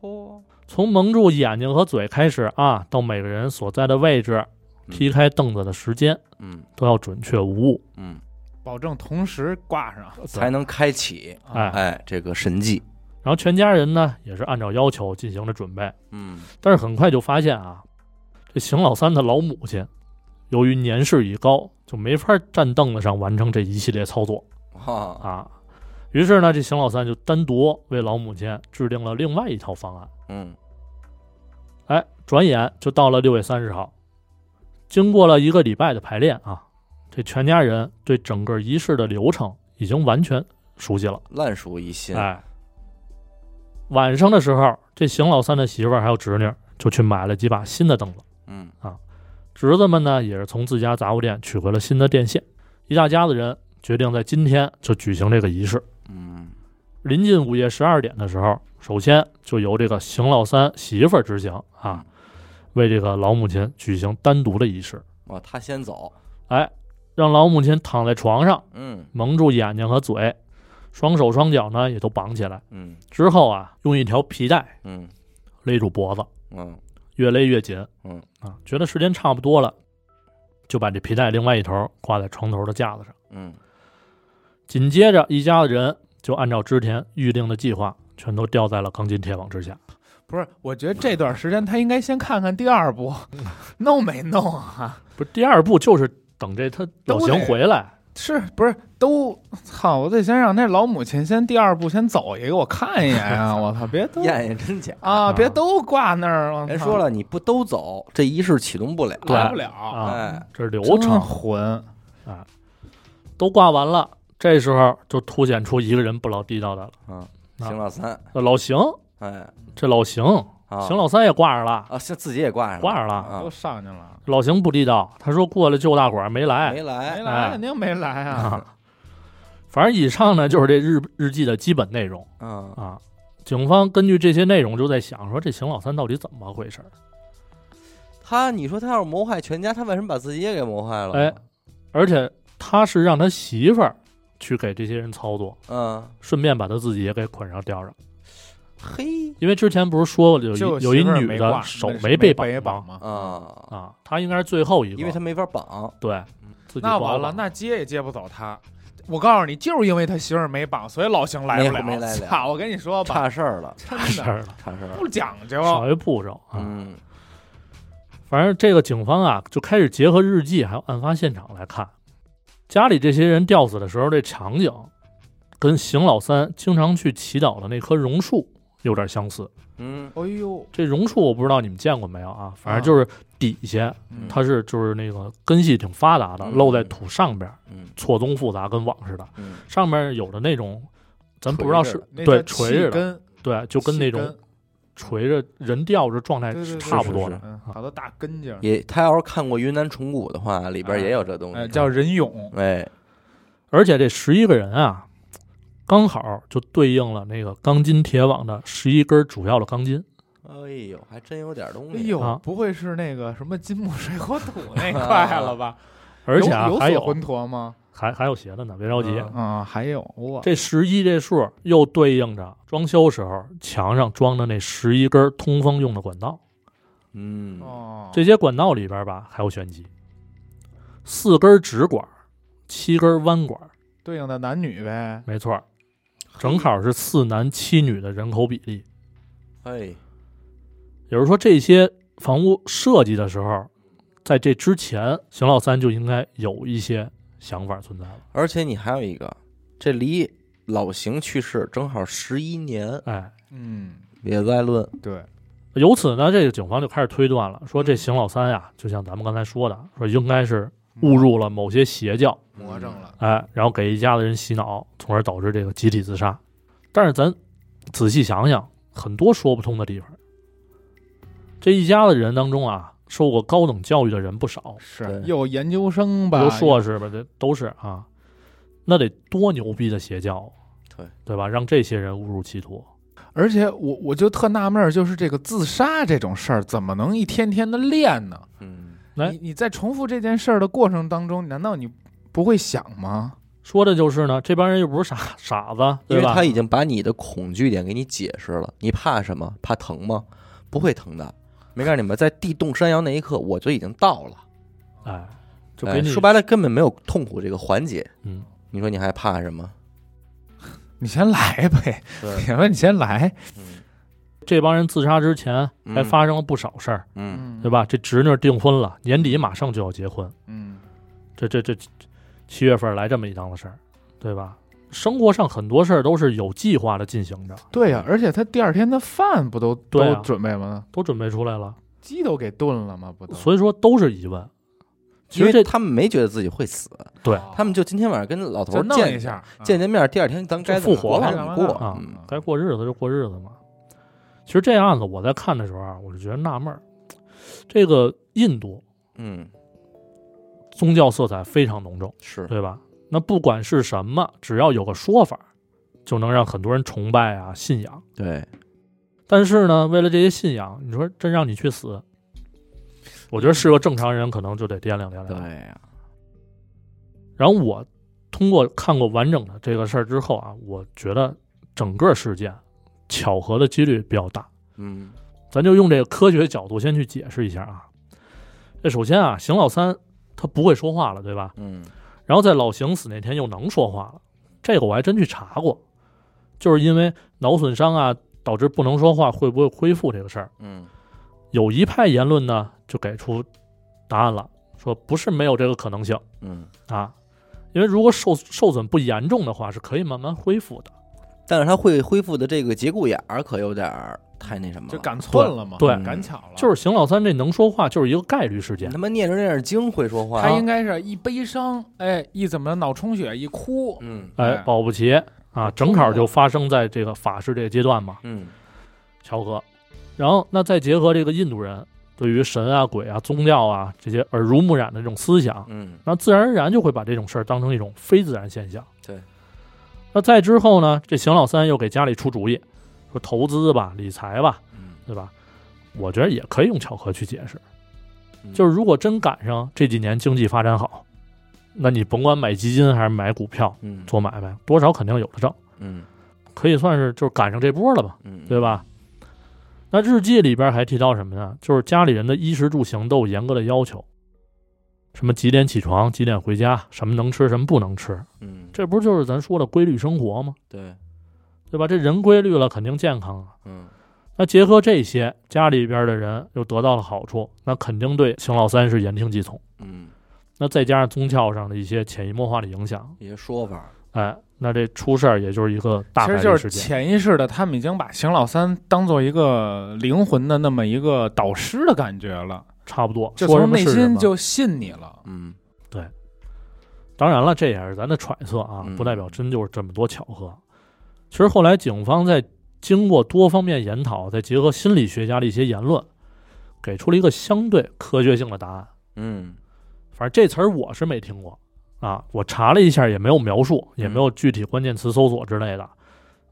Speaker 1: 嚯，
Speaker 2: 从蒙住眼睛和嘴开始啊，到每个人所在的位置，踢开凳子的时间
Speaker 1: 嗯
Speaker 2: 都要准确无误。
Speaker 1: 嗯，
Speaker 3: 保证同时挂上。啊
Speaker 1: 才能开启
Speaker 2: 哎，
Speaker 1: 哎这个神迹，
Speaker 2: 然后全家人呢也是按照要求进行了准备，
Speaker 1: 嗯
Speaker 2: 但是很快就发现啊，这邢老三的老母亲由于年事已高，就没法站凳子上完成这一系列操作
Speaker 1: 啊，
Speaker 2: 啊。于是呢，这邢老三就单独为老母亲制定了另外一套方案。
Speaker 1: 嗯
Speaker 2: 哎，转眼就到了六月三十号，经过了一个礼拜的排练啊，这全家人对整个仪式的流程已经完全熟悉了。
Speaker 1: 烂熟于心，
Speaker 2: 哎，晚上的时候，这邢老三的媳妇儿还有侄女就去买了几把新的凳子，
Speaker 1: 嗯
Speaker 2: 侄子们呢也是从自家杂物店取回了新的电线，一大家子人决定在今天就举行这个仪式。
Speaker 1: 嗯
Speaker 2: 临近午夜十二点的时候，首先就由这个邢老三媳妇儿执行啊，为这个老母亲举行单独的仪式，
Speaker 1: 哇，他先走，
Speaker 2: 哎，让老母亲躺在床上，
Speaker 1: 嗯
Speaker 2: 蒙住眼睛和嘴，双手双脚呢也都绑起来，
Speaker 1: 嗯
Speaker 2: 之后啊，用一条皮带
Speaker 1: 嗯
Speaker 2: 勒住脖子，
Speaker 1: 嗯
Speaker 2: 越勒越紧。
Speaker 1: 嗯
Speaker 2: 啊，觉得时间差不多了，就把这皮带另外一头挂在床头的架子上。
Speaker 1: 嗯
Speaker 2: 紧接着，一家子人就按照之前预定的计划，全都吊在了钢筋铁网之下。
Speaker 3: 不是，我觉得这段时间他应该先看看第二 部，弄没弄啊？
Speaker 2: 不是第二步就是等这他老
Speaker 3: 都
Speaker 2: 邢
Speaker 3: 得
Speaker 2: 回来，
Speaker 3: 是不是都操？我得先让那老母亲先第二部先走一个，我看一眼 啊！我操，别都
Speaker 1: 验验真 假。
Speaker 3: 啊，
Speaker 2: 啊
Speaker 3: 别都挂那儿了。
Speaker 1: 人说了，你不都走，这仪式启动不了。
Speaker 2: 对
Speaker 3: 来不
Speaker 2: 啊
Speaker 3: 了，
Speaker 1: 哎，
Speaker 2: 这是流
Speaker 3: 真
Speaker 2: 程
Speaker 3: 混。
Speaker 2: 都挂完了，这时候就凸显出一个人不老地道的了。
Speaker 1: 邢老三，
Speaker 2: 那老邢，
Speaker 1: 哎，
Speaker 2: 这老邢，
Speaker 1: 啊，
Speaker 2: 邢老三也挂着了。
Speaker 1: 啊，现自己也挂上了，
Speaker 2: 挂上了
Speaker 1: 啊
Speaker 3: 都上去了，
Speaker 2: 老邢不地道，他说过来救大伙儿没来，
Speaker 1: 没
Speaker 3: 没
Speaker 1: 来，
Speaker 3: 来肯定没来 啊！
Speaker 2: 啊。反正以上呢就是这日日记的基本内容
Speaker 1: 嗯
Speaker 2: 啊。警方根据这些内容就在想说，这邢老三到底怎么回事儿？
Speaker 1: 他，你说他要是谋害全家，他为什么把自己也给谋害了？
Speaker 2: 哎，而且他是让他媳妇儿去给这些人操作，
Speaker 1: 嗯，
Speaker 2: 顺便把他自己也给捆上吊上。
Speaker 1: 嘿，
Speaker 2: 因为之前不是说有
Speaker 3: 就
Speaker 2: 一有一
Speaker 3: 媳妇儿
Speaker 2: 女
Speaker 3: 没
Speaker 2: 的
Speaker 3: 挂
Speaker 2: 手
Speaker 3: 那是
Speaker 2: 没
Speaker 3: 被
Speaker 2: 被绑
Speaker 3: 绑
Speaker 2: 吗
Speaker 3: 吗？嗯
Speaker 1: 啊，
Speaker 2: 啊，她应该是最后一个，
Speaker 1: 因为他没法绑，
Speaker 2: 对自己
Speaker 3: 那
Speaker 2: 挂
Speaker 3: 完了，
Speaker 2: 绑
Speaker 3: 那接也接不走他。我告诉你，就是因为他媳妇儿没绑，所以老邢来不了。
Speaker 1: 没没来了
Speaker 3: 操！我跟你说吧，
Speaker 1: 差事儿了，
Speaker 3: 真
Speaker 2: 事
Speaker 3: 的
Speaker 2: 儿了，
Speaker 1: 差事儿了，
Speaker 3: 不讲究。
Speaker 2: 少一步骤啊。
Speaker 1: 嗯
Speaker 2: 反正这个警方啊，就开始结合日记还有案发现场来看，家里这些人吊死的时候这场景，跟邢老三经常去祈祷的那棵榕树有点相似。
Speaker 1: 嗯
Speaker 3: 哎呦，
Speaker 2: 这榕树我不知道你们见过没有啊，反正就是底下
Speaker 3: 嗯
Speaker 2: 它是就是那个根系挺发达的，
Speaker 1: 嗯
Speaker 2: 露在土上边，
Speaker 1: 嗯
Speaker 2: 错综复杂，跟网似的。
Speaker 1: 嗯
Speaker 2: 上面有的那种，咱不知道是
Speaker 3: 那
Speaker 2: 对
Speaker 3: 叫
Speaker 2: 垂
Speaker 3: 气
Speaker 2: 着的，
Speaker 3: 根
Speaker 2: 对，就跟那
Speaker 3: 气
Speaker 2: 种
Speaker 3: 根嗯
Speaker 2: 垂着人吊着状态
Speaker 3: 对对
Speaker 2: 是
Speaker 3: 对
Speaker 2: 差不多
Speaker 1: 是
Speaker 2: 的。
Speaker 3: 嗯，好多大根茎儿，
Speaker 1: 也，他要是看过云南虫谷的话，里边也有这东
Speaker 3: 哎，
Speaker 1: 西，啊
Speaker 3: 叫人俑。
Speaker 1: 哎，
Speaker 2: 而且这十一个人啊，刚好就对应了那个钢筋铁网的十一根主要的钢筋。
Speaker 1: 哎呦，还真有点东
Speaker 3: 哎
Speaker 1: 西，
Speaker 3: 呦
Speaker 2: 啊，
Speaker 3: 不会是那个什么金木水火 土那块了吧？
Speaker 2: 而且啊
Speaker 3: 有，有
Speaker 2: 还
Speaker 3: 所
Speaker 2: 有
Speaker 3: 浑浊吗？
Speaker 2: 还还有斜的呢，别着急。
Speaker 1: 嗯
Speaker 3: 啊，还有哇，
Speaker 2: 这十一这数又对应着装修时候墙上装的那十一根通风用的管道。
Speaker 1: 嗯，
Speaker 3: 哦，
Speaker 2: 这些管道里边吧，还有玄机：四根直管，七根弯管。
Speaker 3: 对应的男女呗。
Speaker 2: 没错儿，正好是四男七女的人口比例。
Speaker 1: 哎，
Speaker 2: 也就是说，这些房屋设计的时候，在这之前，邢老三就应该有一些想法存在了。
Speaker 1: 而且你还有一个，这离老邢去世正好十一年，
Speaker 2: 哎，
Speaker 3: 嗯，
Speaker 1: 也在论，
Speaker 3: 对，
Speaker 2: 由此呢，这个警方就开始推断了，说这邢老三呀，就像咱们刚才说的，说应该是误入了某些邪教，
Speaker 3: 魔怔了。
Speaker 2: 哎，然后给一家子人洗脑，从而导致这个集体自杀。但是咱仔细想想，很多说不通的地方。这一家子人当中啊，受过高等教育的人不少，
Speaker 3: 是
Speaker 1: 对
Speaker 3: 有研究生吧？
Speaker 2: 有硕士吧，这都是啊，那得多牛逼的邪教，啊
Speaker 1: 对
Speaker 2: 对吧？让这些人误入歧途，
Speaker 3: 而且我我就特纳闷儿，就是这个自杀这种事儿，怎么能一天天的练呢？
Speaker 1: 嗯
Speaker 2: 哎
Speaker 3: 你你在重复这件事儿的过程当中，难道你不会想吗？
Speaker 2: 说的就是呢，这帮人又不是傻傻子，
Speaker 1: 因
Speaker 2: 对
Speaker 1: 为
Speaker 2: 吧
Speaker 1: 他？已经把你的恐惧点给你解释了。你怕什么？怕疼吗？不会疼的。没告诉你们，在地动山摇那一刻，我就已经到了。
Speaker 2: 哎，就
Speaker 1: 哎
Speaker 2: 给你、
Speaker 1: 说白了，根本没有痛苦这个环节。
Speaker 2: 嗯，
Speaker 1: 你说你还怕什么？
Speaker 3: 你先来呗，
Speaker 1: 对，
Speaker 3: 铁问你先来，
Speaker 1: 嗯，
Speaker 2: 这帮人自杀之前
Speaker 1: 嗯
Speaker 2: 还发生了不少事儿，
Speaker 1: 嗯
Speaker 2: 对？吧？这侄女订婚了，年底马上就要结婚，
Speaker 3: 嗯
Speaker 2: 这这这七月份来这么一档子事儿，对吧？生活上很多事儿都是有计划的进行着，
Speaker 3: 对呀、而且他第二天的饭不都
Speaker 2: 对啊
Speaker 3: 都准备吗？
Speaker 2: 都准备出来了，
Speaker 3: 鸡都给炖了吗？不都？
Speaker 2: 所以说都是疑问。其
Speaker 1: 因
Speaker 2: 实
Speaker 1: 为
Speaker 2: 这
Speaker 1: 他们没觉得自己会死，
Speaker 2: 对
Speaker 1: 他们就今天晚上跟老头
Speaker 3: 就
Speaker 1: 儿
Speaker 3: 弄
Speaker 1: 见
Speaker 3: 一下，啊
Speaker 1: 见见面，第二天咱该怎么
Speaker 2: 就复
Speaker 1: 过
Speaker 2: 活了
Speaker 1: 咱怎么过
Speaker 2: 啊
Speaker 1: 嗯
Speaker 2: 该过日子就过日子嘛。其实这案子我在看的时候啊，我就觉得纳闷儿，这个印度
Speaker 1: 嗯，
Speaker 2: 宗教色彩非常浓重，
Speaker 1: 是
Speaker 2: 对吧？那不管是什么，只要有个说法，就能让很多人崇拜啊、信仰。
Speaker 1: 对，
Speaker 2: 但是呢，为了这些信仰，你说真让你去死，我觉得是个正常人可能就得掂量掂
Speaker 1: 对
Speaker 2: 量。
Speaker 1: 呀，
Speaker 2: 然后我通过看过完整的这个事儿之后啊，我觉得整个事件巧合的几率比较大。
Speaker 1: 嗯
Speaker 2: 咱就用这个科学角度先去解释一下啊。这首先啊，邢老三他不会说话了，对吧？
Speaker 1: 嗯
Speaker 2: 然后在老邢死那天又能说话了，这个我还真去查过，就是因为脑损伤啊导致不能说话，会不会恢复这个事儿，
Speaker 1: 嗯
Speaker 2: 有一派言论呢就给出答案了，说不是没有这个可能性
Speaker 1: 嗯，
Speaker 2: 啊，因为如果受受损不严重的话，是可以慢慢恢复的。
Speaker 1: 但是他会恢复的这个节骨眼儿可有点儿太那什么
Speaker 3: 就
Speaker 1: 了，嗯
Speaker 3: 赶寸了嘛，
Speaker 2: 对
Speaker 1: 对
Speaker 3: 赶巧了，
Speaker 2: 就是邢老三这能说话就是一个概率事
Speaker 1: 你
Speaker 2: 件
Speaker 1: 他，妈念着念着经会说话，啊
Speaker 3: 他应该是一悲伤，哎，一怎么脑充血一哭，
Speaker 1: 嗯
Speaker 2: 哎，
Speaker 3: 哎
Speaker 2: 保不齐啊，正好就发生在这个法师这个阶段嘛，
Speaker 1: 嗯
Speaker 2: 巧合。然后，那再结合这个印度人对于神啊、鬼啊、宗教啊这些耳濡目染的这种思想，
Speaker 1: 嗯
Speaker 2: 那自然而然就会把这种事儿当成一种非自然现象。
Speaker 1: 对。
Speaker 2: 那再之后呢，这邢老三又给家里出主意，说投资吧、理财吧，
Speaker 1: 嗯
Speaker 2: 对吧？我觉得也可以用巧合去解释，
Speaker 1: 嗯，
Speaker 2: 就是如果真赶上这几年经济发展好，那你甭管买基金还是买股票
Speaker 1: 嗯
Speaker 2: 做买卖，多少肯定有的挣。
Speaker 1: 嗯
Speaker 2: 可以算是就是赶上这波了吧，
Speaker 1: 嗯
Speaker 2: 对吧？那日记里边还提到什么呢？就是家里人的衣食住行都有严格的要求，什么几点起床，几点回家，什么能吃，什么不能吃，
Speaker 1: 嗯
Speaker 2: 这不就是咱说的规律生活吗？
Speaker 1: 对
Speaker 2: 对吧？这人规律了，肯定健康啊。
Speaker 1: 嗯
Speaker 2: 那结合这些，家里边的人又得到了好处，那肯定对邢老三是言听计从。
Speaker 1: 嗯
Speaker 2: 那再加上宗教上的一些潜移默化的影响，
Speaker 1: 一些说法儿，
Speaker 2: 哎，那这出事儿也就是一个大
Speaker 3: 其
Speaker 2: 概
Speaker 3: 实就
Speaker 2: 率事
Speaker 3: 是
Speaker 2: 件。
Speaker 3: 潜意识的，他们已经把邢老三当做一个灵魂的那么一个导师的感觉了，
Speaker 2: 差不多，
Speaker 3: 就
Speaker 2: 说什
Speaker 3: 从
Speaker 2: 么
Speaker 3: 内
Speaker 2: 是什
Speaker 3: 心
Speaker 2: 么
Speaker 3: 就信你了。
Speaker 1: 嗯
Speaker 2: 当然了，这也是咱的揣测啊，
Speaker 1: 嗯
Speaker 2: 不代表真就是这么多巧合。其实后来警方在经过多方面研讨，再结合心理学家的一些言论，给出了一个相对科学性的答案。
Speaker 1: 嗯
Speaker 2: 反正这词儿我是没听过啊，我查了一下也没有描述，也没有具体关键词搜索之类的。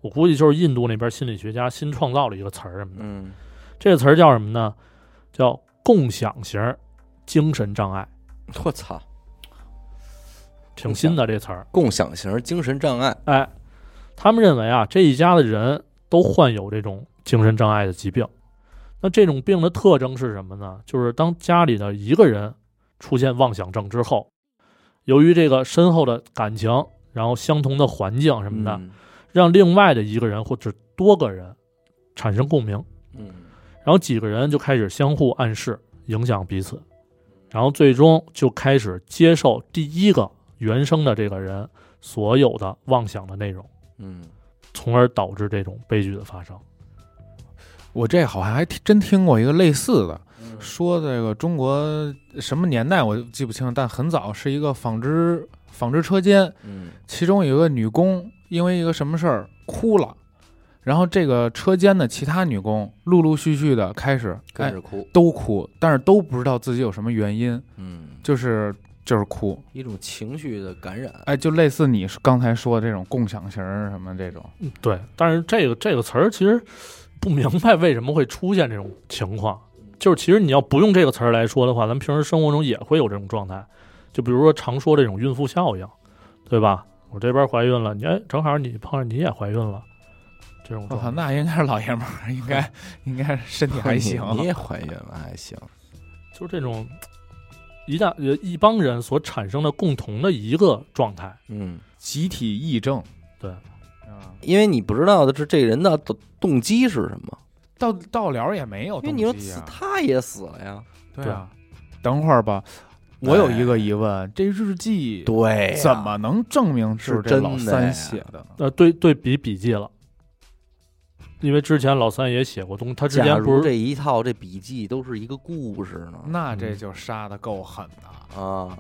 Speaker 2: 我估计就是印度那边心理学家新创造了一个词儿什么的。
Speaker 1: 嗯
Speaker 2: 这个词儿叫什么呢？叫共享型精神障碍，
Speaker 1: 我操，
Speaker 2: 挺新的这词儿。
Speaker 1: 共享型精神障碍，
Speaker 2: 哎，他们认为啊，这一家的人都患有这种精神障碍的疾病。那这种病的特征是什么呢？就是当家里的一个人出现妄想症之后，由于这个深厚的感情，然后相同的环境什么的，
Speaker 1: 嗯
Speaker 2: 让另外的一个人或者多个人产生共鸣，
Speaker 1: 嗯
Speaker 2: 然后几个人就开始相互暗示，影响彼此，然后最终就开始接受第一个原生的这个人所有的妄想的内容。
Speaker 1: 嗯
Speaker 2: 从而导致这种悲剧的发生。
Speaker 3: 我这好像还听真听过一个类似的，
Speaker 1: 嗯
Speaker 3: 说这个中国什么年代我记不清了，但很早是一个纺织纺织车间，
Speaker 1: 嗯
Speaker 3: 其中有一个女工因为一个什么事儿哭了，然后这个车间的其他女工陆陆续续的开始
Speaker 1: 跟
Speaker 3: 哎
Speaker 1: 着哭，
Speaker 3: 都哭，但是都不知道自己有什么原因，
Speaker 1: 嗯，
Speaker 3: 就是就是哭，
Speaker 1: 一种情绪的感染，
Speaker 3: 哎，就类似你刚才说的这种共享型儿什么这种，
Speaker 2: 对，但是这个这个词儿其实不明白为什么会出现这种情况。就是其实你要不用这个词儿来说的话，咱们平时生活中也会有这种状态。就比如说常说这种孕妇效应，对吧？我这边怀孕了，你哎，正好你碰上你也怀孕了，这种
Speaker 3: 我
Speaker 2: 状
Speaker 3: 靠，
Speaker 1: 哦
Speaker 2: 态。
Speaker 3: 那应该是老爷们儿，应 该应该身体还 行，
Speaker 1: 你也怀孕了还行，
Speaker 2: 就是这种一大呃一帮人所产生的共同的一个状态。
Speaker 1: 嗯。
Speaker 3: 集体癔症，
Speaker 2: 对
Speaker 3: 啊，
Speaker 1: 因为你不知道的是这个人的动动机是什么，
Speaker 3: 到到了也没有
Speaker 1: 因为
Speaker 3: 东
Speaker 1: 你说
Speaker 3: 西
Speaker 1: 死
Speaker 3: 呀，
Speaker 1: 他也死了呀，
Speaker 3: 对啊。等会儿吧，我有一个疑问，这日记
Speaker 1: 对
Speaker 3: 怎么能证明是这老三写的呢？
Speaker 2: 呃，对对比笔记了，因为之前老三也写过东，他之
Speaker 1: 假
Speaker 2: 前
Speaker 1: 如
Speaker 2: 不
Speaker 1: 这
Speaker 2: 是
Speaker 1: 一套这笔记都是一个故事呢？
Speaker 3: 那这就杀的够狠的。
Speaker 1: 啊，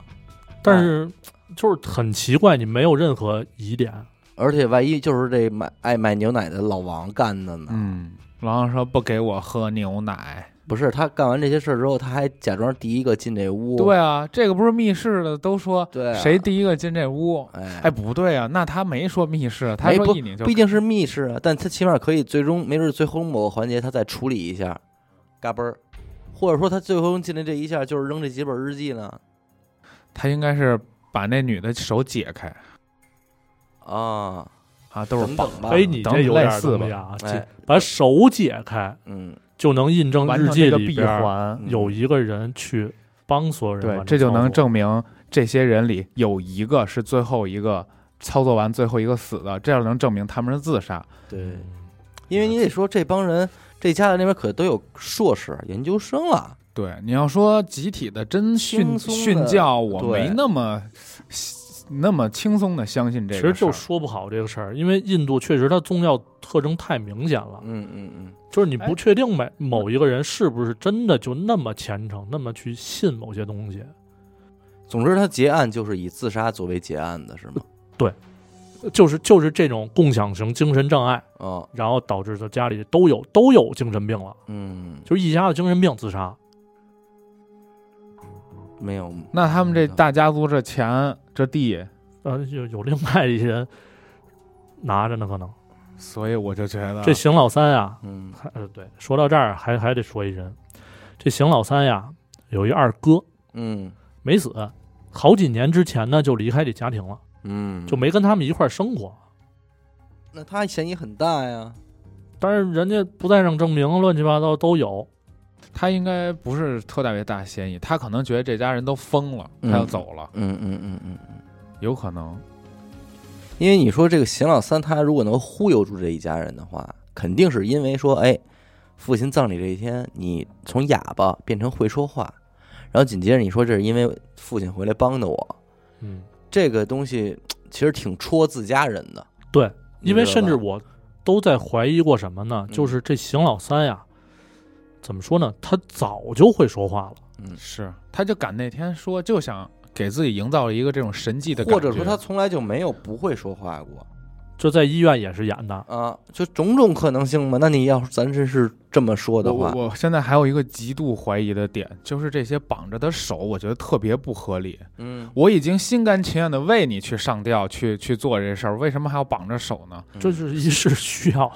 Speaker 2: 但是就是很奇怪，你没有任何疑点，
Speaker 3: 啊
Speaker 1: 而且万一就是这买爱买牛奶的老王干的呢？
Speaker 3: 嗯，然后说不给我喝牛奶。
Speaker 1: 不是，他干完这些事儿之后，他还假装第一个进这屋。
Speaker 3: 对啊，这个不是密室的，都说
Speaker 1: 对啊，
Speaker 3: 谁第一个进这屋？
Speaker 1: 哎
Speaker 3: 哎，不对啊，那他没说密室，他说一拧就
Speaker 1: 不一定是密室啊，但他起码可以最终没准最后某个环节他再处理一下，嘎嘣儿，或者说他最后进来这一下就是扔这几本日记呢
Speaker 3: 他应该是把那女的手解开
Speaker 1: 啊，
Speaker 3: 啊，都是
Speaker 1: 等
Speaker 3: 绑
Speaker 1: 等吧
Speaker 2: 哎，你
Speaker 3: 等
Speaker 2: 这有
Speaker 3: 类
Speaker 2: 点
Speaker 3: 似
Speaker 2: 东
Speaker 3: 吧
Speaker 2: 西啊，
Speaker 1: 哎
Speaker 2: 解把手解开
Speaker 1: 嗯，
Speaker 2: 就能印证
Speaker 3: 完
Speaker 2: 日
Speaker 3: 成
Speaker 2: 记
Speaker 3: 这个
Speaker 2: 里
Speaker 3: 闭
Speaker 2: 边儿
Speaker 3: 环。
Speaker 1: 嗯
Speaker 2: 有一个人去帮所有人
Speaker 3: 对，
Speaker 2: 完成
Speaker 3: 这就
Speaker 2: 操
Speaker 3: 能
Speaker 2: 作
Speaker 3: 证明这些人里有一个是最后一个操作完最后一个死的，这样能证明他们是自杀。
Speaker 1: 对，因为你得说这帮人这家的那边可都有硕士研究生了，
Speaker 3: 对，你要说集体的真
Speaker 1: 轻
Speaker 3: 训
Speaker 1: 松的
Speaker 3: 训教，我
Speaker 1: 对
Speaker 3: 没那么那么轻松的相信这
Speaker 2: 其
Speaker 3: 个
Speaker 2: 实
Speaker 3: 事儿
Speaker 2: 就说不好这个事儿，因为印度确实它宗教特征太明显了，
Speaker 1: 嗯嗯嗯，
Speaker 2: 就是你
Speaker 3: 哎
Speaker 2: 不确定每某一个人是不是真的就那么虔诚，那么去信某些东西。
Speaker 1: 总之他结案就是以自杀作为结案的是吗？
Speaker 2: 就是就是这种共享型精神障碍，
Speaker 1: 哦，
Speaker 2: 然后导致他家里都有都有精神病了，
Speaker 1: 嗯，
Speaker 2: 就是一家子精神病自杀。
Speaker 1: 没有，
Speaker 3: 那他们这大家族这钱这地，
Speaker 2: 呃，有有另外一些人拿着呢，可能
Speaker 1: 啊
Speaker 3: 所以我就觉得
Speaker 2: 这邢老三啊，
Speaker 1: 嗯
Speaker 2: 还呃对，说到这儿还还得说一人，这邢老三呀有一二哥
Speaker 1: 嗯
Speaker 2: 没死，好几年之前呢就离开这家庭了，
Speaker 1: 嗯，
Speaker 2: 就没跟他们一块儿生活。
Speaker 1: 那他嫌疑很大呀，
Speaker 2: 但是人家不在上证明，乱七八糟都有。
Speaker 3: 他应该不是特别大嫌疑，他可能觉得这家人都疯了，
Speaker 1: 嗯
Speaker 3: 他要走了，
Speaker 1: 嗯嗯嗯嗯。
Speaker 3: 有可能。
Speaker 1: 因为你说这个邢老三，他如果能忽悠住这一家人的话，肯定是因为说，哎，父亲葬礼这一天，你从哑巴变成会说话，然后紧接着你说这是因为父亲回来帮的我，
Speaker 2: 嗯，
Speaker 1: 这个东西嘖其实挺戳自家人的。
Speaker 2: 对，因为
Speaker 1: 你知道
Speaker 2: 甚
Speaker 1: 吧
Speaker 2: 至我都在怀疑过什么呢？
Speaker 1: 嗯
Speaker 2: 就是这邢老三呀，怎么说呢？他早就会说话了。
Speaker 1: 嗯
Speaker 3: 是，他就赶那天说，就想给自己营造一个这种神迹的感
Speaker 1: 或
Speaker 3: 觉，
Speaker 1: 者说他从来就没有不会说话过
Speaker 2: 这在医院也是演的，
Speaker 1: 啊，就种种可能性嘛。那你要是咱真是这么说的
Speaker 3: 我
Speaker 1: 话，
Speaker 3: 我现在还有一个极度怀疑的点，就是这些绑着的手，我觉得特别不合理。
Speaker 1: 嗯，
Speaker 3: 我已经心甘情愿的为你去上吊，去去做这事儿，为什么还要绑着手呢？
Speaker 1: 嗯
Speaker 2: 这就是一是需要。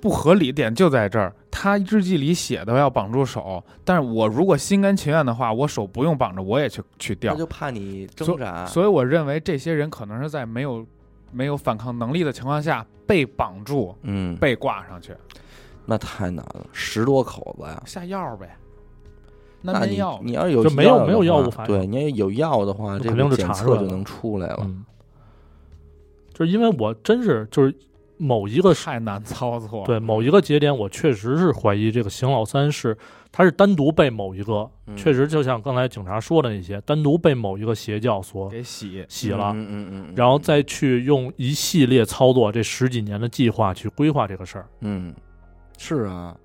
Speaker 3: 不合理点就在这儿，他日记里写的要绑住手，但是我如果心甘情愿的话，我手不用绑着，我也去去
Speaker 1: 他
Speaker 3: 掉。
Speaker 1: 就怕你挣扎，
Speaker 3: 所以我认为这些人可能是在没有没有反抗能力的情况下被绑住，
Speaker 1: 嗯，
Speaker 3: 被挂上去
Speaker 1: 那太难了，十多口子呀。
Speaker 3: 下药呗，那
Speaker 1: 那
Speaker 3: 没
Speaker 1: 你
Speaker 3: 药
Speaker 1: 你要是有
Speaker 2: 就没有
Speaker 1: 的
Speaker 2: 没有
Speaker 1: 话
Speaker 2: 药物反应
Speaker 1: 对，你要有药的话，
Speaker 2: 那
Speaker 1: 这
Speaker 2: 肯定
Speaker 1: 个
Speaker 2: 就
Speaker 1: 检
Speaker 2: 查
Speaker 1: 测
Speaker 2: 出来
Speaker 1: 就
Speaker 2: 了
Speaker 1: 能出来了。
Speaker 2: 嗯，就是因为我真是就是某一个
Speaker 3: 太难操作。，
Speaker 2: 对某一个节点，我确实是怀疑这个邢老三是他是单独被某一个，
Speaker 1: 嗯
Speaker 2: 确实就像刚才警察说的那些，单独被某一个邪教所
Speaker 3: 给洗。
Speaker 2: 洗了，
Speaker 1: 嗯嗯嗯，嗯
Speaker 2: 然后再去用一系列操作这十几年的计划去规划这个事儿。
Speaker 1: 嗯，是啊，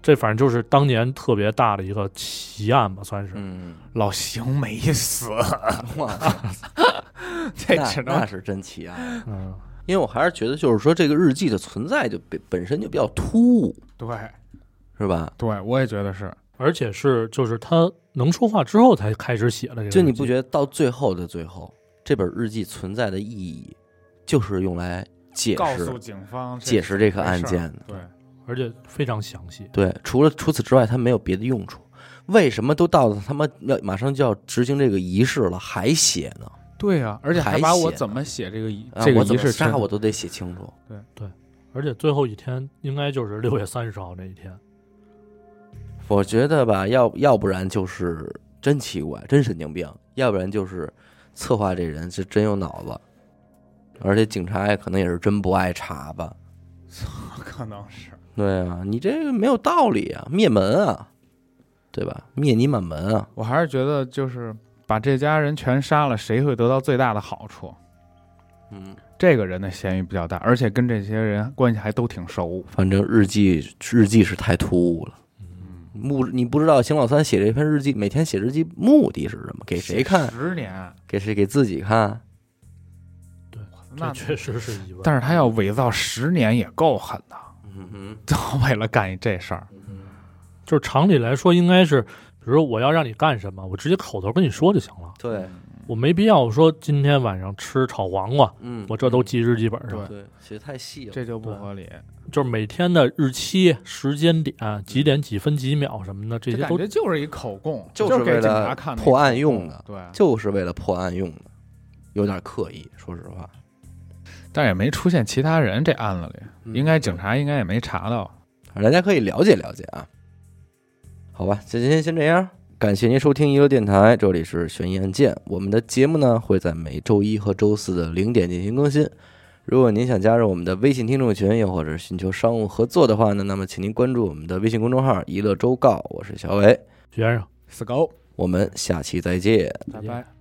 Speaker 2: 这反正就是当年特别大的一个奇案吧，算是。
Speaker 1: 嗯，
Speaker 3: 老邢没 死，
Speaker 1: 哇，
Speaker 2: 哎
Speaker 3: 这
Speaker 1: 那
Speaker 3: 只能
Speaker 1: 那是真奇啊！
Speaker 2: 嗯，
Speaker 1: 因为我还是觉得，就是说这个日记的存在就本本身就比较突兀，
Speaker 3: 对
Speaker 1: 是吧？
Speaker 3: 对，我也觉得是。
Speaker 2: 而且是就是他能说话之后才开始写的这个日记。
Speaker 1: 就你不觉得到最后的最后，这本日记存在的意义，就是用来解
Speaker 3: 告诉
Speaker 1: 释
Speaker 3: 警方
Speaker 1: 解释这个案
Speaker 3: 没事儿
Speaker 1: 件的。
Speaker 3: 对，
Speaker 2: 而且非常详细。
Speaker 1: 对，除了除此之外，它没有别的用处。为什么都到了他妈要马上就要执行这个仪式了，还写呢？
Speaker 3: 对啊，而且还
Speaker 1: 还
Speaker 3: 把我
Speaker 1: 写
Speaker 3: 怎么写这个仪
Speaker 1: 啊
Speaker 3: 这个
Speaker 1: 我怎
Speaker 3: 仪
Speaker 1: 么
Speaker 3: 式
Speaker 1: 杀
Speaker 3: 真
Speaker 1: 我都得写清楚。
Speaker 2: 而且最后一天应该就是六月三十号那一天。
Speaker 1: 我觉得吧，要要不然就是真奇怪，真神经病；要不然就是策划这人是真有脑子，而且警察也可能也是真不爱查吧。
Speaker 3: 可能是
Speaker 1: 对啊，你这个没有道理啊，灭门啊，对吧？灭你满门啊！
Speaker 3: 我还是觉得就是把这家人全杀了，谁会得到最大的好处？
Speaker 1: 嗯，
Speaker 3: 这个人的嫌疑比较大，而且跟这些人关系还都挺熟。
Speaker 1: 反正日记日记是太突兀了。
Speaker 3: 嗯，
Speaker 1: 目你不知道邢老三写这篇日记，每天写日记目的是什么？给谁看？
Speaker 3: 十年，
Speaker 1: 给谁？给自己看？
Speaker 2: 这
Speaker 3: 那
Speaker 2: 确实是意外。
Speaker 3: 但是他要伪造十年也够狠的，
Speaker 1: 嗯哼，
Speaker 3: 就为了干一这事儿。
Speaker 2: 就是常理来说，应该是，比如说我要让你干什么，我直接口头跟你说就行了，
Speaker 1: 对，
Speaker 3: 嗯
Speaker 2: 我没必要说今天晚上吃炒黄瓜，
Speaker 1: 嗯
Speaker 2: 我这都记日记本上。
Speaker 3: 对
Speaker 1: 对，写的太细了。
Speaker 3: 这就不合理。
Speaker 2: 就是每天的日期、时间点、几点几分几秒什么的，这
Speaker 3: 这
Speaker 2: 些
Speaker 3: 感
Speaker 2: 都
Speaker 3: 觉就是一口供，
Speaker 1: 就是
Speaker 3: 是给
Speaker 1: 为
Speaker 3: 警
Speaker 1: 了
Speaker 3: 察看的
Speaker 1: 破案
Speaker 3: 一口
Speaker 1: 用
Speaker 3: 供
Speaker 1: 的
Speaker 3: 对，
Speaker 1: 就是为了破案用的，有点刻意，说实话。
Speaker 3: 但也没出现其他人这案子里，嗯
Speaker 1: 嗯
Speaker 3: 应该警察应该也没查到。
Speaker 1: 大家可以了解了解啊。好吧，今天先这样，感谢您收听一乐电台，这里是悬疑案件。我们的节目呢会在每周一和周四的零点进行更新。如果您想加入我们的微信听众群，又或者寻求商务合作的话呢，那么请您关注我们的微信公众号“一乐周告”，我是小伟，
Speaker 2: 学生。
Speaker 3: 死狗，
Speaker 1: 我们下期再见。
Speaker 3: 拜
Speaker 2: 再见
Speaker 3: 拜。